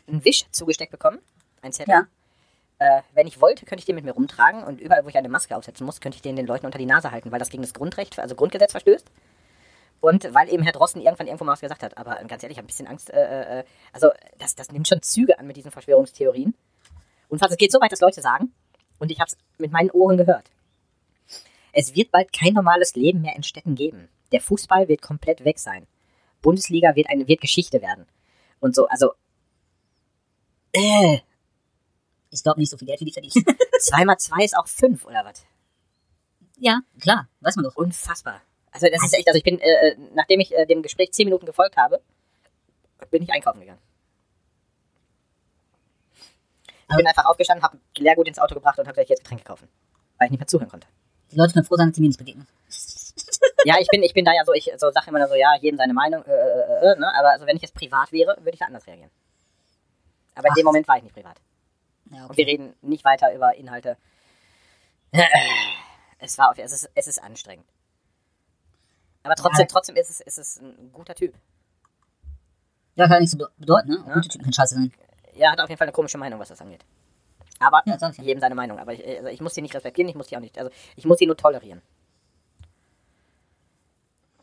einen Wisch zugesteckt bekommen, ein Zettel. Ja. Äh, wenn ich wollte, könnte ich den mit mir rumtragen und überall, wo ich eine Maske aufsetzen muss, könnte ich den den Leuten unter die Nase halten, weil das gegen das Grundrecht, also Grundgesetz verstößt. Und weil eben Herr Drosten irgendwann irgendwo mal was gesagt hat. Aber ganz ehrlich, ich habe ein bisschen Angst. Äh, äh, äh, also das, das nimmt schon Züge an mit diesen Verschwörungstheorien. Und fast es geht so weit, dass Leute sagen, und ich habe es mit meinen Ohren gehört, es wird bald kein normales Leben mehr in Städten geben. Der Fußball wird komplett weg sein. Bundesliga wird eine wird Geschichte werden. Und so, also Ich glaube nicht so viel Geld wie die verdienen. zweimal zwei ist auch fünf oder was? ja, klar, weiß man doch. Unfassbar. Also das ist echt, also ich bin, äh, äh, nachdem ich äh, dem Gespräch zehn Minuten gefolgt habe, bin ich einkaufen gegangen. Ich bin einfach aufgestanden, habe Leergut ins Auto gebracht und habe gleich jetzt Getränke kaufen, weil ich nicht mehr zuhören konnte. Die Leute können froh sein, dass die mir nicht begegnen. Ja, ich bin, ich bin da ja so, ich so sage immer so, ja, jedem seine Meinung, äh, äh, äh, ne? aber also wenn ich jetzt privat wäre, würde ich da anders reagieren. Aber in Ach. dem Moment war ich nicht privat. Ja, Und wir okay. reden nicht weiter über Inhalte. Es war auf, es ist, es ist anstrengend. Aber trotzdem, Ja. trotzdem ist es, ist es ein guter Typ. ja kann ja nichts so be- bedeuten, ne? Auch Ja. Gute Typen können scheiße sein. Er hat auf jeden Fall eine komische Meinung, was das angeht. Aber Ja, sag ich ja. jedem seine Meinung. Aber ich, also ich muss sie nicht respektieren, ich muss sie auch nicht. Also ich muss sie nur tolerieren.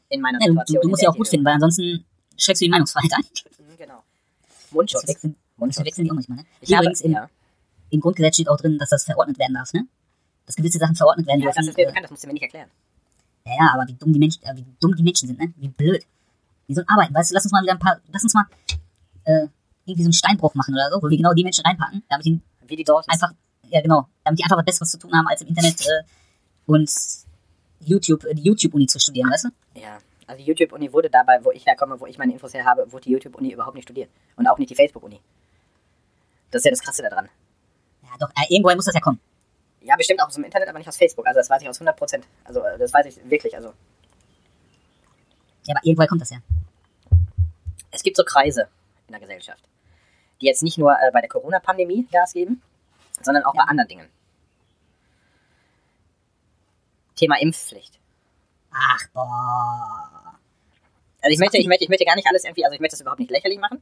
In meiner Ja, du, Situation. du, du musst in ja der auch gut ich finden, weil ansonsten schreckst du die Meinungsfreiheit ein. lebe. Mhm, Genau. Das Mundschutz. wechseln, das wechseln die auch manchmal, ne? Ich habe, Übrigens, im, ja, im Grundgesetz steht auch drin, dass das verordnet werden darf, ne? Dass gewisse Sachen verordnet werden ja, das dürfen. ist mir äh, bekannt, das musst du mir nicht erklären. Ja, ja, aber wie dumm die Menschen, äh, wie dumm die Menschen sind, ne? Wie blöd. Die sollen arbeiten, weißt du, lass uns mal wieder ein paar, lass uns mal äh, irgendwie so einen Steinbruch machen oder so, wo wir genau die Menschen reinpacken, damit die Wie die dort einfach, ja genau, damit die einfach was Besseres zu tun haben, als im Internet äh, und YouTube, äh, die YouTube-Uni zu studieren, weißt du? Ja, also die YouTube-Uni wurde dabei, wo ich herkomme, wo ich meine Infos her habe, wurde die YouTube-Uni überhaupt nicht studiert. Und auch nicht die Facebook-Uni. Das ist ja das Krasse daran. Ja, doch, äh, irgendwoher muss das ja kommen. Ja, bestimmt auch aus dem Internet, aber nicht aus Facebook. Also das weiß ich aus 100%. Also äh, das weiß ich wirklich. Also Ja, aber irgendwoher kommt das ja. es gibt so Kreise in der Gesellschaft, die jetzt nicht nur äh, bei der Corona-Pandemie Gas geben, sondern auch bei anderen Dingen. Thema Impfpflicht. Ach, boah. Also ich möchte, ich möchte, ich möchte gar nicht alles irgendwie, also ich möchte das überhaupt nicht lächerlich machen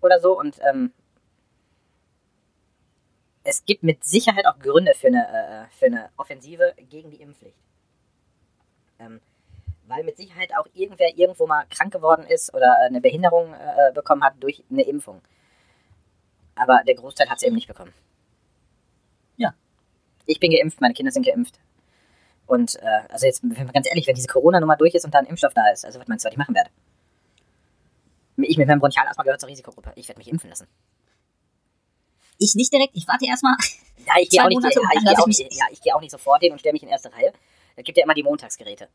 oder so und ähm, es gibt mit Sicherheit auch Gründe für eine, äh, für eine Offensive gegen die Impfpflicht. Ähm, weil mit Sicherheit auch irgendwer irgendwo mal krank geworden ist oder äh, eine Behinderung äh, bekommen hat durch eine Impfung. Aber der Großteil hat es eben nicht bekommen. Ja. Ich bin geimpft, meine Kinder sind geimpft. Und äh, also jetzt, wenn man ganz ehrlich, wenn diese Corona-Nummer durch ist und da ein Impfstoff da ist, also was meinst du, was ich machen werde? Ich mit meinem Bronchialasthma gehört zur Risikogruppe. Ich werde mich impfen lassen. Ich nicht direkt, ich warte erstmal. Ja, ich gehe Zwei auch, nicht- Monate ja, und ich dann geh lass auch, ich nicht- mich- ja, ich geh auch nicht sofort hin und stelle mich in erste Reihe. Es gibt ja immer die Montagsgeräte.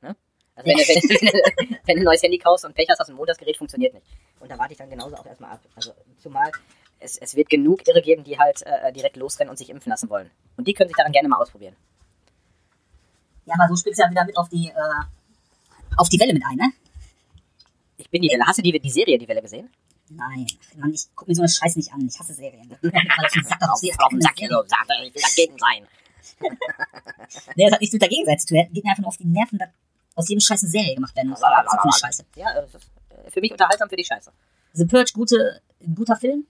Ne? Also wenn, du- wenn, du- wenn du ein neues Handy kaufst und Pech hast, hast du ein Montagsgerät, funktioniert nicht. Und da warte ich dann genauso auch erstmal ab. Also zumal es, es wird genug Irre geben, die halt äh, direkt losrennen und sich impfen lassen wollen. Und die können sich daran gerne mal ausprobieren. Ja, aber du spielst ja wieder mit auf die, äh, auf die Welle mit ein, ne? Ich bin die Welle. Hast du die, die Serie, die Welle gesehen? Nein, Mann, ich guck mir so eine Scheiße nicht an. Ich hasse Serien. Weil ich den Sack darauf Auf, sehe, ist auf den keine Sack, Serie. so, sagt er, ich will dagegen sein. Nee, das hat nichts mit der Gegenseite zu tun. Geht mir einfach nur auf die Nerven, dass aus jedem Scheiß eine Serie gemacht werden muss. Das ist eine Scheiße. Ja, äh, das ist, äh, für mich unterhaltsam, für dich scheiße. The Purge, gute, guter Film.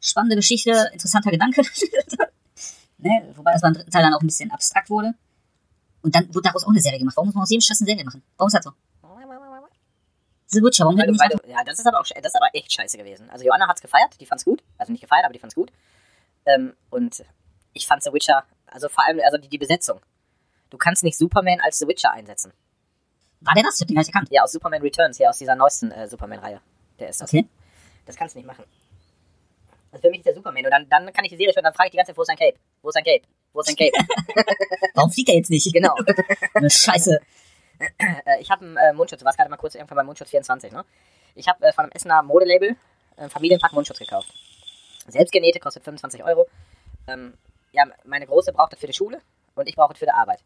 Spannende Geschichte, interessanter Gedanke. ne? Wobei das beim dritten Teil dann auch ein bisschen abstrakt wurde. Und dann wurde daraus auch eine Serie gemacht. Warum muss man aus jedem Scheiß eine Serie machen? Warum ist das so? The Witcher, warum Weil hätte du, man weil nicht du, ja, das ist aber auch sch- das ist aber echt scheiße gewesen. Also Joanna hat's gefeiert, die fand's gut. Also nicht gefeiert, aber die fand's gut. Ähm, und ich fand The Witcher, also vor allem also die, die Besetzung. Du kannst nicht Superman als The Witcher einsetzen. War der das? Ich hab den gar nicht erkannt. Ja, aus Superman Returns, hier aus dieser neuesten äh, Superman-Reihe. Der ist das. Okay. Das kannst du nicht machen. Also für mich ist der Superman. Und dann, dann kann ich die Serie schauen, dann frage ich die ganze Zeit, wo ist sein Cape? Wo ist sein Cape? Wo ist sein Cape? Warum fliegt er jetzt nicht? genau. Eine Scheiße. äh, ich habe einen äh, Mundschutz, du warst gerade mal kurz irgendwann bei Mundschutz 24, ne? Ich habe äh, von einem Essener Modelabel äh, Familienpack Mundschutz gekauft. Selbstgenähte kostet 25 Euro. Ähm, ja, meine Große braucht das für die Schule und ich brauche es für die Arbeit.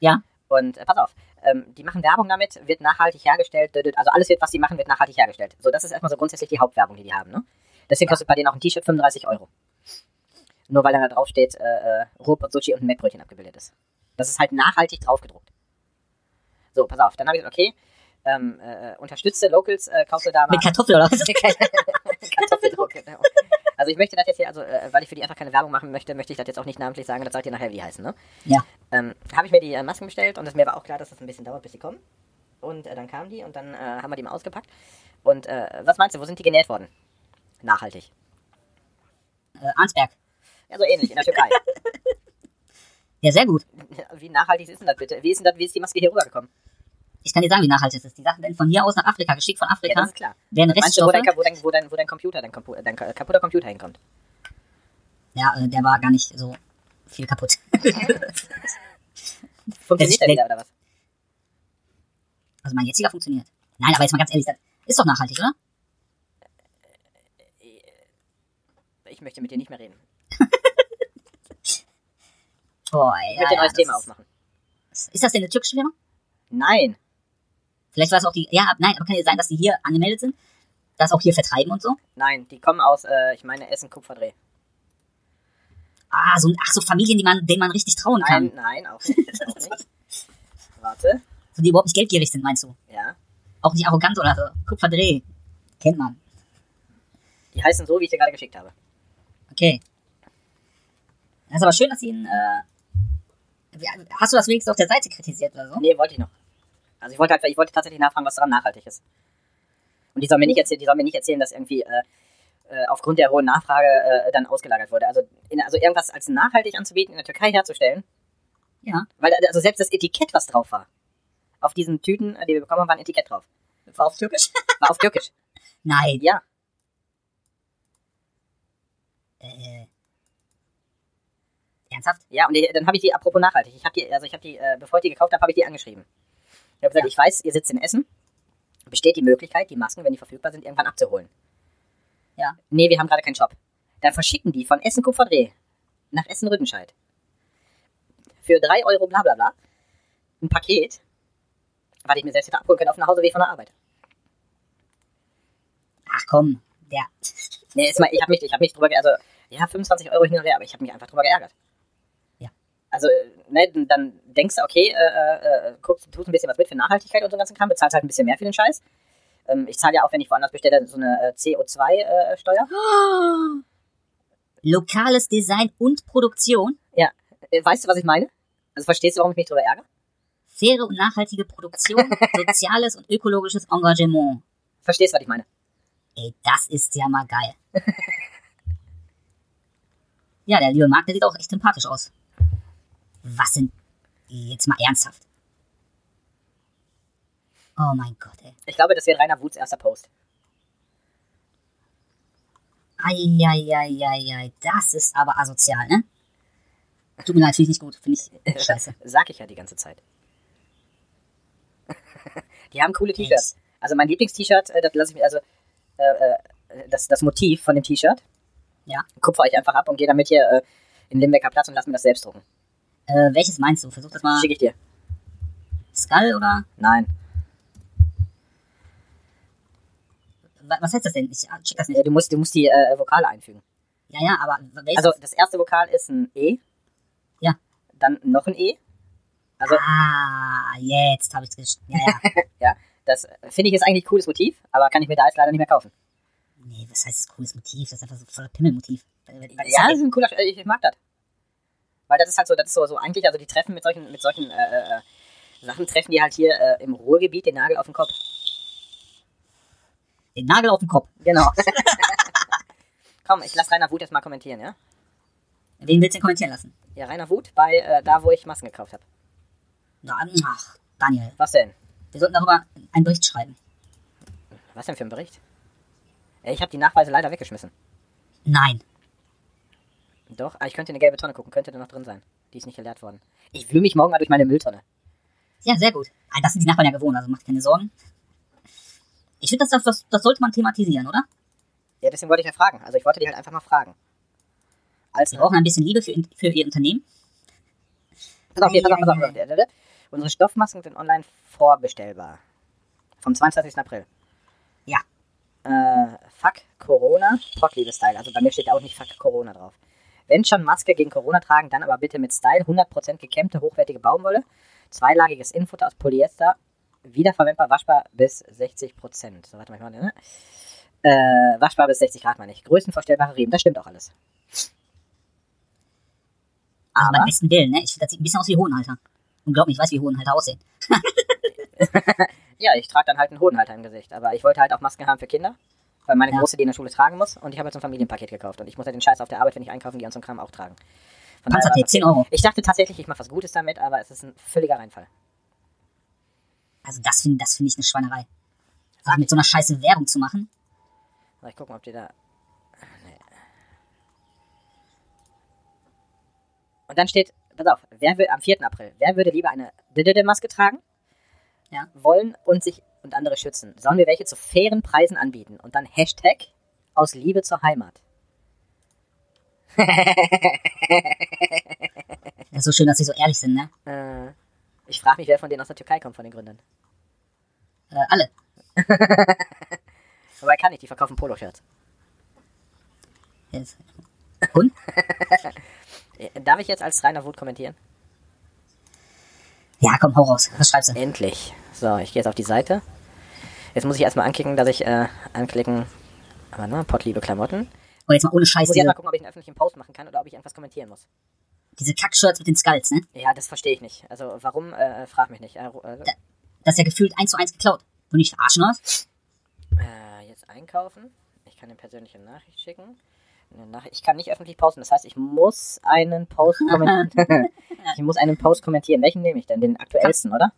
Ja. Und äh, pass auf, ähm, die machen Werbung damit, wird nachhaltig hergestellt, dödöd. also alles, wird, was sie machen, wird nachhaltig hergestellt. So, das ist erstmal so grundsätzlich die Hauptwerbung, die die haben. Ne? Deswegen kostet bei denen auch ein T-Shirt 35 Euro. Nur weil dann da drauf steht, äh, äh, Ruhrpott, Sushi und ein Mettbrötchen abgebildet ist. Das ist halt nachhaltig draufgedruckt. So, pass auf, dann habe ich gesagt, okay, ähm, äh, unterstützte Locals, äh, kaufst du da mal... Mit Kartoffel oder was? Kartoffeldruck, genau. Also ich möchte das jetzt hier, also äh, weil ich für die einfach keine Werbung machen möchte, möchte ich das jetzt auch nicht namentlich sagen, das sagt ihr nachher, wie die heißen, ne? Ja. Ähm, habe ich mir die äh, Masken bestellt und es mir war auch klar, dass das ein bisschen dauert, bis die kommen. Und äh, dann kamen die und dann äh, haben wir die mal ausgepackt. Und äh, was meinst du, wo sind die genäht worden? Nachhaltig. Äh, Arnsberg. Ja, so ähnlich, in der Türkei. Ja, sehr gut. wie nachhaltig ist denn das bitte? Wie ist denn das, wie ist die Maske hier rübergekommen? Ich kann dir sagen, wie nachhaltig es ist. Die Sachen werden von hier aus nach Afrika geschickt, von Ja, Afrika das ist klar. werden Meinst du, wo Reststoffe. dein, Ka- wo dein, wo dein, wo dein Computer, dein, Kompu- dein ka- kaputter Computer hinkommt? Ja, äh, der war gar nicht so viel kaputt. Funktioniert der schlecht. wieder oder was? Also mein jetziger funktioniert. Nein, aber jetzt mal ganz ehrlich, das ist doch nachhaltig, oder? Ich möchte mit dir nicht mehr reden. Boah, Ich möchte ein neues Thema aufmachen. Ist das denn eine türkische Firma? Nein. Vielleicht war es auch die. Ja, nein, aber kann ja sein, dass die hier angemeldet sind, das auch hier vertreiben und so. Nein, die kommen aus, äh, ich meine, Essen Kupferdreh. Ah, so ach so Familien, die man, denen man richtig trauen Nein, kann, nein, auch nicht. Auch nicht. Warte, so die überhaupt nicht geldgierig sind, meinst du? ja. Auch nicht arrogant oder so. Guck verdreh, kennt man. Die heißen so, wie ich dir gerade geschickt habe. Okay. Das ist aber schön, dass sie ihn. Äh, hast du das wenigstens auf der Seite kritisiert oder so? Nee, wollte ich noch. Also ich wollte halt, ich wollte tatsächlich nachfragen, was daran nachhaltig ist. Und die sollen mir nicht erzählen, die sollen mir nicht erzählen, dass irgendwie äh, äh, aufgrund der hohen Nachfrage äh, dann ausgelagert wurde. Also, in, also irgendwas als nachhaltig anzubieten, in der Türkei herzustellen, Ja. weil also selbst das Etikett, was drauf war, auf diesen Tüten, äh, die wir bekommen haben, war ein Etikett drauf. War auf Türkisch? War auf Türkisch. Nein. Ja. Äh. Ernsthaft? Ja, und die, dann habe ich die, apropos nachhaltig, ich habe die, also ich habe die, äh, bevor ich die gekauft habe, habe ich die angeschrieben. Ich habe gesagt, Ja. ich weiß, ihr sitzt in Essen, besteht die Möglichkeit, die Masken, wenn die verfügbar sind, irgendwann abzuholen. Ja. Nee, wir haben gerade keinen Shop. Dann verschicken die von Essen Kupferdreh nach Essen Rüttenscheid. Für 3 Euro bla bla bla. Ein Paket, was ich mir selbst hätte abholen können auf dem Hauseweg von der Arbeit. Ach komm, der. Nee, ist mal, ich habe mich, ich hab mich drüber geärgert. Also, ja, 25 Euro hin und her, aber ich habe mich einfach drüber geärgert. Ja. Also, äh, ne, dann- dann denkst du, okay, äh, äh, äh, guckst, tust ein bisschen was mit für Nachhaltigkeit und so ganzen Kram, bezahlst halt ein bisschen mehr für den Scheiß. äh, Ähm, ich zahle ja auch, wenn ich woanders bestelle, so eine äh, CO2-Steuer. Lokales Design und Produktion, Ja. Äh, Weißt du, was ich meine? Also verstehst du, warum ich mich drüber ärgere? faire und nachhaltige Produktion, soziales und ökologisches Engagement. Verstehst du, was ich meine? Ey, das ist ja mal geil. ja, der liebe Marc, der sieht auch echt sympathisch aus. Was sind... Jetzt mal ernsthaft. Oh mein Gott, ey. Ich glaube, das wäre Rainer Wuths erster Post. Eieieiei, das ist aber asozial, ne? Tut mir leid, finde ich nicht gut, finde ich äh, scheiße. Sag ich ja die ganze Zeit. die haben coole T-Shirts. Also mein Lieblings-T-Shirt, äh, das lasse ich mir, also äh, äh, das, das Motiv von dem T-Shirt, Ja. kupfer ich einfach ab und gehe damit hier äh, in Limbecker Platz und lass mir das selbst drucken. Äh, welches meinst du? Versuch das mal. Schicke ich dir. Skull oder? Nein. Wa- Was heißt das denn? Ich check das nicht. Äh, Du musst, du musst die äh, Vokale einfügen. Ja, ja, aber welches? Also das erste Vokal ist ein E, ja. dann noch ein E. Also, Ah, jetzt habe ich es Ja, ja. ja, das äh, finde ich ist eigentlich ein cooles Motiv, aber kann ich mir da jetzt leider nicht mehr kaufen. Nee, was heißt das cooles Motiv? Das ist einfach so voller Pimmelmotiv. Äh, Ja, das ist ein cooler, Sch- äh, ich ich mag das. Weil das ist halt so, das ist so, so eigentlich, also die treffen mit solchen, mit solchen äh, äh, Sachen, treffen die halt hier äh, im Ruhrgebiet den Nagel auf den Kopf. Den Nagel auf den Kopf. Genau. Komm, ich lass Rainer Wut jetzt mal kommentieren, ja? Wen willst du denn kommentieren lassen? Ja, Rainer Wut bei äh, da, wo ich Masken gekauft habe. Na, Ach, Daniel. Was denn? Wir sollten darüber einen Bericht schreiben. Was denn für ein Bericht? Ey, Ich habe die Nachweise leider weggeschmissen. Nein. Doch, ah, ich könnte in eine gelbe Tonne gucken, könnte da noch drin sein. Die ist nicht geleert worden. Ich wühle mich morgen mal durch meine Mülltonne. Ja, sehr gut. Ah, Das sind die Nachbarn ja gewohnt, also macht keine Sorgen. Ich finde, das, das- das, das sollte man thematisieren, oder? Ja, deswegen wollte ich ja fragen. Also ich wollte die halt einfach mal fragen. Als Sie brauchen ein bisschen Liebe für, für ihr Unternehmen. Pass auf, hier, pass auf, pass auf. pass auf. Unsere Stoffmasken sind online vorbestellbar. Vom 22. April. Ja. Äh, fuck Corona, Pottliebe-Style. Also bei mir steht auch nicht Fuck Corona drauf. Wenn schon Maske gegen Corona tragen, dann aber bitte mit Style. 100% gekämmte, hochwertige Baumwolle. Zweilagiges Infutter aus Polyester. Wiederverwendbar, waschbar bis 60%. So, warte mal, ich mache, ne? Äh, waschbar bis 60 Grad, meine ich. Größenvorstellbare Riemen, das stimmt auch alles. Also Aber? beim besten Willen, ne? Ich finde, das sieht ein bisschen aus wie Hohenhalter. Und glaub mir, ich weiß, wie Hohenhalter aussehen. Ja, ich trage dann halt einen Hodenhalter im Gesicht. Aber ich wollte halt auch Masken haben für Kinder, weil meine Ja. Große die in der Schule tragen muss. Und ich habe jetzt ein Familienpaket gekauft. Und ich muss ja den Scheiß auf der Arbeit, wenn ich einkaufen gehe und so einen Kram auch tragen. Von daher war Panzertape, das- 10 Euro. Ich dachte tatsächlich, ich mache was Gutes damit, aber es ist ein völliger Reinfall. Also das finde das find ich eine Schweinerei. Also mit so einer scheiße Werbung zu machen. So, ich guck mal, ob die da... Ah, Nee. Und dann steht, pass auf, wer will, am 4. April, wer würde lieber eine Maske tragen? Ja. wollen und sich und andere schützen, sollen wir welche zu fairen Preisen anbieten und dann Hashtag aus Liebe zur Heimat. Das ist so schön, dass sie so ehrlich sind, ne? Äh, ich frage mich, wer von denen aus der Türkei kommt, von den Gründern. Äh, alle. Wobei kann ich, die verkaufen Poloshirts. Jetzt. Und? Äh, Darf ich jetzt als Rainer Wut kommentieren? Ja, komm, hau raus. Was schreibst du? Endlich. So, ich gehe jetzt auf die Seite. Jetzt muss ich erstmal anklicken, dass ich äh, anklicken. Aber ne, Pottliebe Klamotten. Oh, jetzt mal ohne Scheiß Jetzt muss ich diese, erstmal gucken, ob ich einen öffentlichen Post machen kann oder ob ich irgendwas kommentieren muss. diese Kack-Shirts mit den Skulls, ne? Ja, das verstehe ich nicht. Also warum, äh, frag mich nicht. Äh, ru- äh, Das ist ja gefühlt eins zu eins geklaut. Du nicht verarschen hast? Äh, jetzt einkaufen. Ich kann eine persönliche Nachricht schicken. Eine Nach ich kann nicht öffentlich posten. Das heißt, ich muss einen Post kommentieren. ich muss einen Post kommentieren. Welchen nehme ich denn? Den aktuellsten, oder?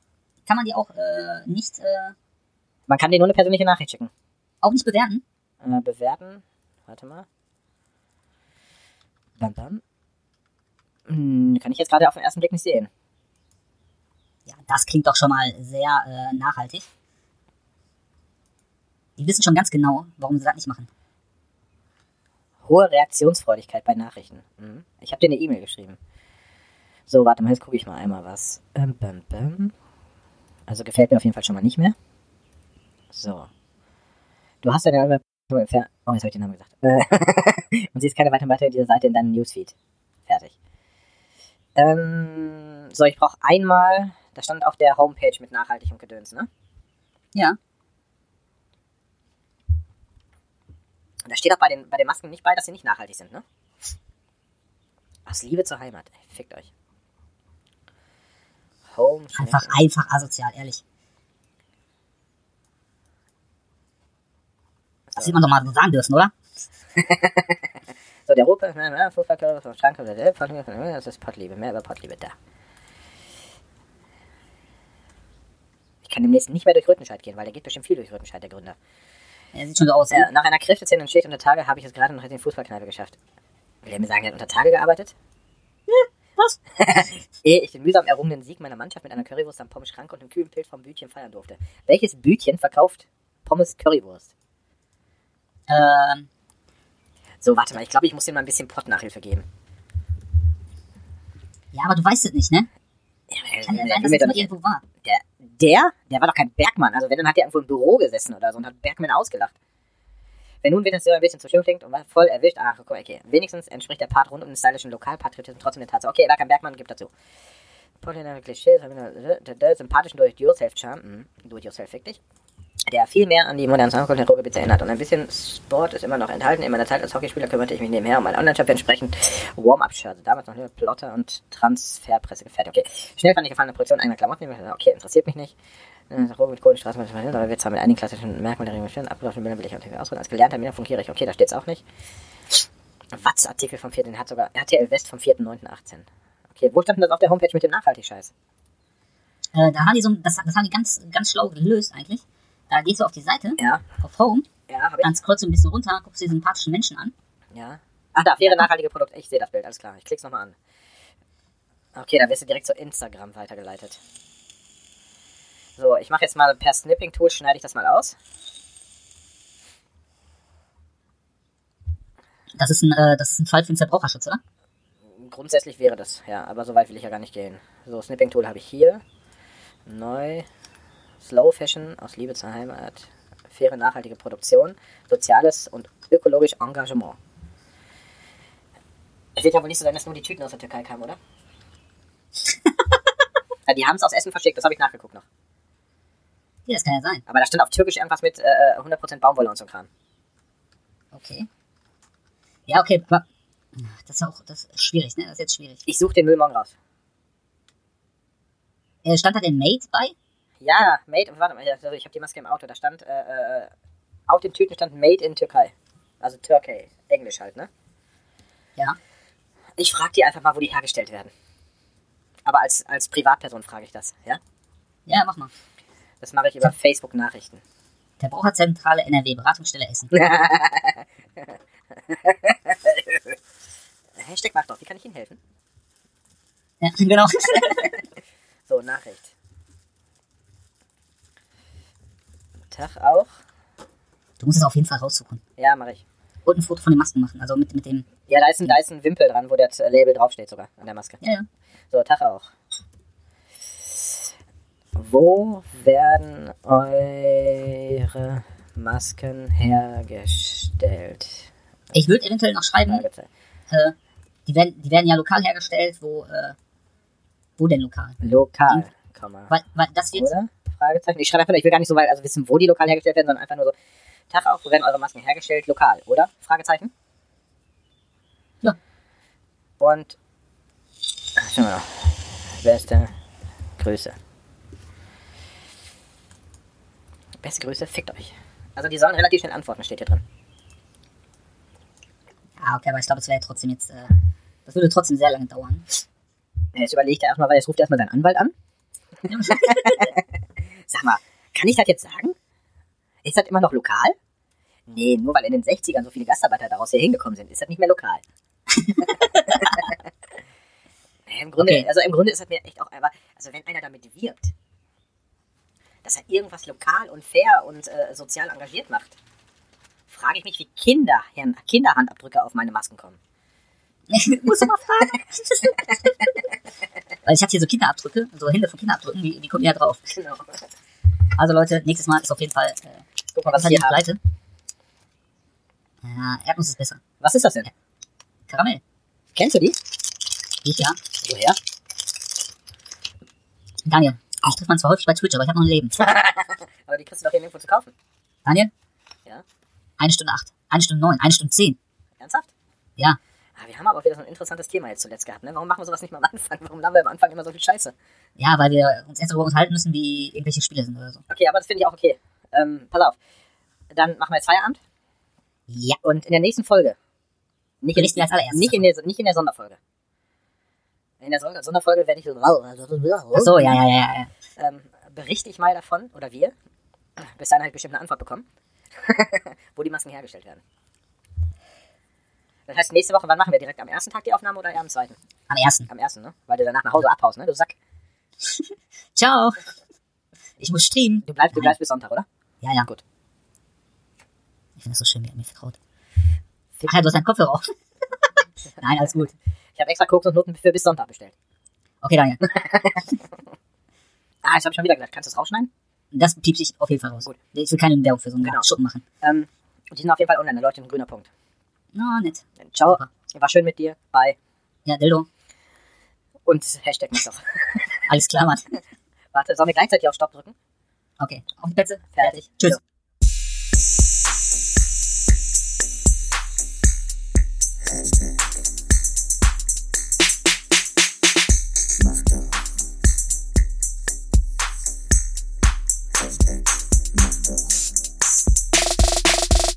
Kann man die auch äh, nicht, äh, Man kann dir nur eine persönliche Nachricht schicken. auch nicht bewerten? Äh, bewerten. Warte mal. Bam, bam. Hm, kann ich jetzt gerade auf den ersten Blick nicht sehen. Ja, das klingt doch schon mal sehr äh, nachhaltig. Die wissen schon ganz genau, warum sie das nicht machen. Hohe Reaktionsfreudigkeit bei Nachrichten. Mhm. Ich habe dir eine E-Mail geschrieben. So, warte mal, jetzt gucke ich mal einmal was. Ähm, bam, bam. Also gefällt mir auf jeden Fall schon mal nicht mehr. So. Du hast ja den Namen- Oh, jetzt habe ich den Namen gesagt. Äh, Und siehst keine weiteren Beiträge dieser Seite in deinem Newsfeed. Fertig. Ähm, so, ich brauche einmal. Da stand auf der Homepage mit nachhaltig und Gedöns, ne? Ja. Und da steht auch bei den, bei den Masken nicht bei, dass sie nicht nachhaltig sind, ne? Aus Liebe zur Heimat. Ey, fickt euch. Home. Einfach, einfach asozial, ehrlich. Das hätte man doch mal so sagen dürfen, oder? So, der Rupe, Fußballkörper, vom Schrank, das ist Pottliebe, mehr über Pottliebe da. Ich kann demnächst nicht mehr durch Rüttenscheid gehen, weil der geht bestimmt viel durch Rüttenscheid, der Gründer. Er sieht schon so aus. Äh, nach einer kräftezehrenden Schicht unter Tage habe ich es gerade noch in den Fußballkneipe geschafft. Will er mir sagen, er hat unter Tage gearbeitet? Was? Ehe ich den mühsam errungenen Sieg meiner Mannschaft mit einer Currywurst am Pommes-Schrank und einem kühlen Pilz vom Bütchen feiern durfte. Welches Bütchen verkauft Pommes Currywurst? Ähm, So, warte mal, ich glaube, ich muss dem mal ein bisschen Pott-Nachhilfe geben. ja, aber du weißt es nicht, ne? Ja, Kann ja äh, will sein, dass mir es doch mal nicht- irgendwo war. Der, der? Der war doch kein Bergmann. Also wenn, dann hat er irgendwo im Büro gesessen oder so und hat Bergmann ausgelacht. Wenn nun Winter ein bisschen zu schön klingt und war voll erwischt, ach, guck mal, okay. Wenigstens entspricht der Part rund um den stylischen Lokalpatriotismus trotzdem der Tatsache. Okay, er war kein Bergmann, gibt dazu. Polynare Klischees, äh, äh, äh, sympathischen Do-it-yourself-Charme, mhm, do-it-yourself wirklich, der viel mehr an die modernen Soundkultur der Ruhrgebiete erinnert. Und ein bisschen Sport ist immer noch enthalten. In meiner Zeit als Hockeyspieler kümmerte ich mich nebenher um einen Online-Shop entsprechend Warm-Up-Shirts. also Damals noch nur Plotter und Transferpresse gefertigt. Okay. Schnell fand ich gefallene Produktion eigener Klamotten. Ich dachte, Okay, interessiert mich nicht. Äh, Ruhrgebiet, Kohlenstraße, aber wir zwar mit einigen klassischen Merkmalen der Region stehen, abgelaufene Bilder will ich auch nicht mehr ausruhen. Als gelernter Miner fungiere ich. Okay, da steht's auch nicht. Watz-Artikel vom 4. den hat sogar RTL West vom 4.9.18. Okay, wo stand denn das auf der Homepage mit dem Nachhaltig-Scheiß? Äh, da haben die so, ein- das, das haben die ganz, ganz schlau gelöst eigentlich. Da gehst du auf die Seite, Ja, auf Home, ja, hab ich. dann scrollst du ein bisschen runter, guckst dir sympathischen Menschen an. Ja. Ach, da, faire, nachhaltige Produkte. Ich sehe das Bild, alles klar. Ich klick's nochmal an. Okay, dann wirst du direkt zu Instagram weitergeleitet. So, ich mache jetzt mal per Snipping-Tool, schneide ich das mal aus. Das ist ein, äh, das ist ein Fall für den Verbraucherschutz, oder? Grundsätzlich wäre das, ja, aber so weit will ich ja gar nicht gehen. So, Snipping-Tool habe ich hier. Neu. Slow Fashion aus Liebe zur Heimat. Faire, nachhaltige Produktion. Soziales und ökologisch Engagement. Es wird ja wohl nicht so sein, dass nur die Tüten aus der Türkei kamen, oder? ja, die haben es aus Essen verschickt, das habe ich nachgeguckt noch. Ja, das kann ja sein. Aber da stand auf Türkisch irgendwas mit äh, 100% Baumwolle und so ein Kram. Okay. Ja, okay. wa- Das ist ja auch das ist schwierig, ne? Das ist jetzt schwierig. Ich suche den Müll morgen raus. Äh, stand da denn Made bei? Ja, Made, warte mal, ja, also ich habe die Maske im Auto, da stand, äh, äh, auf den Tüten stand Made in Türkei. Also Türkei, Englisch halt, ne? Ja. Ich frage die einfach mal, wo die hergestellt werden. Aber als, als Privatperson frage ich das, ja? Ja, mach mal. Das mache ich über Facebook-Nachrichten. Verbraucherzentrale NRW, Beratungsstelle Essen. Hashtag macht doch, wie kann ich Ihnen helfen? ja, genau. So, Nachricht. Tag auch. Du musst es auf jeden Fall raussuchen. Ja, mache ich. Und ein Foto von den Masken machen. Also mit, mit dem. Ja, da ist, ein, da ist ein Wimpel dran, wo das äh, Label draufsteht sogar, an der Maske. Ja, ja. So, Tag auch. Wo werden eure Masken hergestellt? Ich würde eventuell noch schreiben, Fragezeichen. äh, die, werden, die werden ja lokal hergestellt, wo, äh, wo denn lokal? Lokal, Komma. Weil, weil das wird. Oder? Fragezeichen. Ich schreibe einfach, ich will gar nicht so weit also wissen, wo die lokal hergestellt werden, sondern einfach nur so, Tag auch, wo werden eure Masken hergestellt? Lokal, oder? Fragezeichen. Ja. Und Ach, schauen wir noch. Beste Grüße. Beste Grüße, fickt euch. Also die sollen relativ schnell antworten, steht hier drin. Ah, okay, aber ich glaube, es wäre trotzdem jetzt. Äh, das würde trotzdem sehr lange dauern. Ja, Jetzt überlegt er erstmal, weil jetzt ruft er erstmal seinen Anwalt an. Sag mal, kann ich das jetzt sagen? Ist das immer noch lokal? Nee, nur weil in den 60ern so viele Gastarbeiter daraus hier hingekommen sind, ist das nicht mehr lokal. Naja, Im Grunde, Okay. also im Grunde ist das mir echt auch einfach, also wenn einer damit wirbt, dass er irgendwas lokal und fair und äh, sozial engagiert macht, frage ich mich, wie Kinder, Kinderhandabdrücke auf meine Masken kommen. Muss immer fragen. Weil ich habe hier so Kinderabdrücke, so Hände von Kinderabdrücken, die, die kommen ja drauf. Genau. Also Leute, nächstes Mal ist auf jeden Fall. Äh, Guck mal, was hat ich die hier habe. Pleite? Ja, Erdnuss ist besser. Was ist das denn? Karamell. Kennst du die? Geht ja. Woher? Daniel, ich trifft man zwar häufig bei Twitch, aber ich habe noch ein Leben. Aber die kriegst du doch hier nirgendwo zu kaufen. Daniel? Ja? Eine Stunde acht, eine Stunde neun, eine Stunde zehn. Ernsthaft? Ja. Ah, wir haben aber auch wieder so ein interessantes Thema jetzt zuletzt gehabt, ne? Warum machen wir sowas nicht mal am Anfang? Warum labern wir am Anfang immer so viel Scheiße? Ja, weil wir uns erst darüber unterhalten müssen, wie irgendwelche Spiele sind oder so. Okay, aber das finde ich auch okay. Ähm, pass auf. Dann machen wir jetzt Feierabend Ja, und in der nächsten Folge. Nicht in, Berichten wir als allererstes nicht in, der, nicht in der Sonderfolge. In der Son- Sonderfolge werde ich Ach so, ja, ja, ja, ja, ja. ähm, berichte ich mal davon, oder wir, bis dahin halt bestimmt eine Antwort bekommen, wo die Masken hergestellt werden. Das heißt, nächste Woche, wann machen wir direkt? Am ersten Tag die Aufnahme oder eher am zweiten? Am ersten. Am ersten, ne? Weil du danach nach Hause abhaust, ne? Du Sack. Ciao. Ich muss streamen. Du bleibst, du bleibst bis Sonntag, oder? Ja, ja. Gut. Ich finde das so schön, wie er mir vertraut. Ach ja, du hast deinen Kopfhörer auf. Nein, alles gut. Ich habe extra Koks und Noten für bis Sonntag bestellt. Okay, Daniel. Ah, jetzt habe ich schon wieder gesagt. Kannst du es rausschneiden? Das piepse ich auf jeden Fall raus. Gut. Ich will keine Werbung für so einen Genau. Schuppen machen. Ähm, die sind auf jeden Fall online, ne? Leute, ein grüner Punkt. Na, nett. Ciao. Super. War schön mit dir. Bye. Ja, Dildo. Und Hashtag mich doch. Alles klar, Mann. Warte, sollen wir gleichzeitig auf Stopp drücken? Okay. Auf die Plätze. Fertig. Tschüss.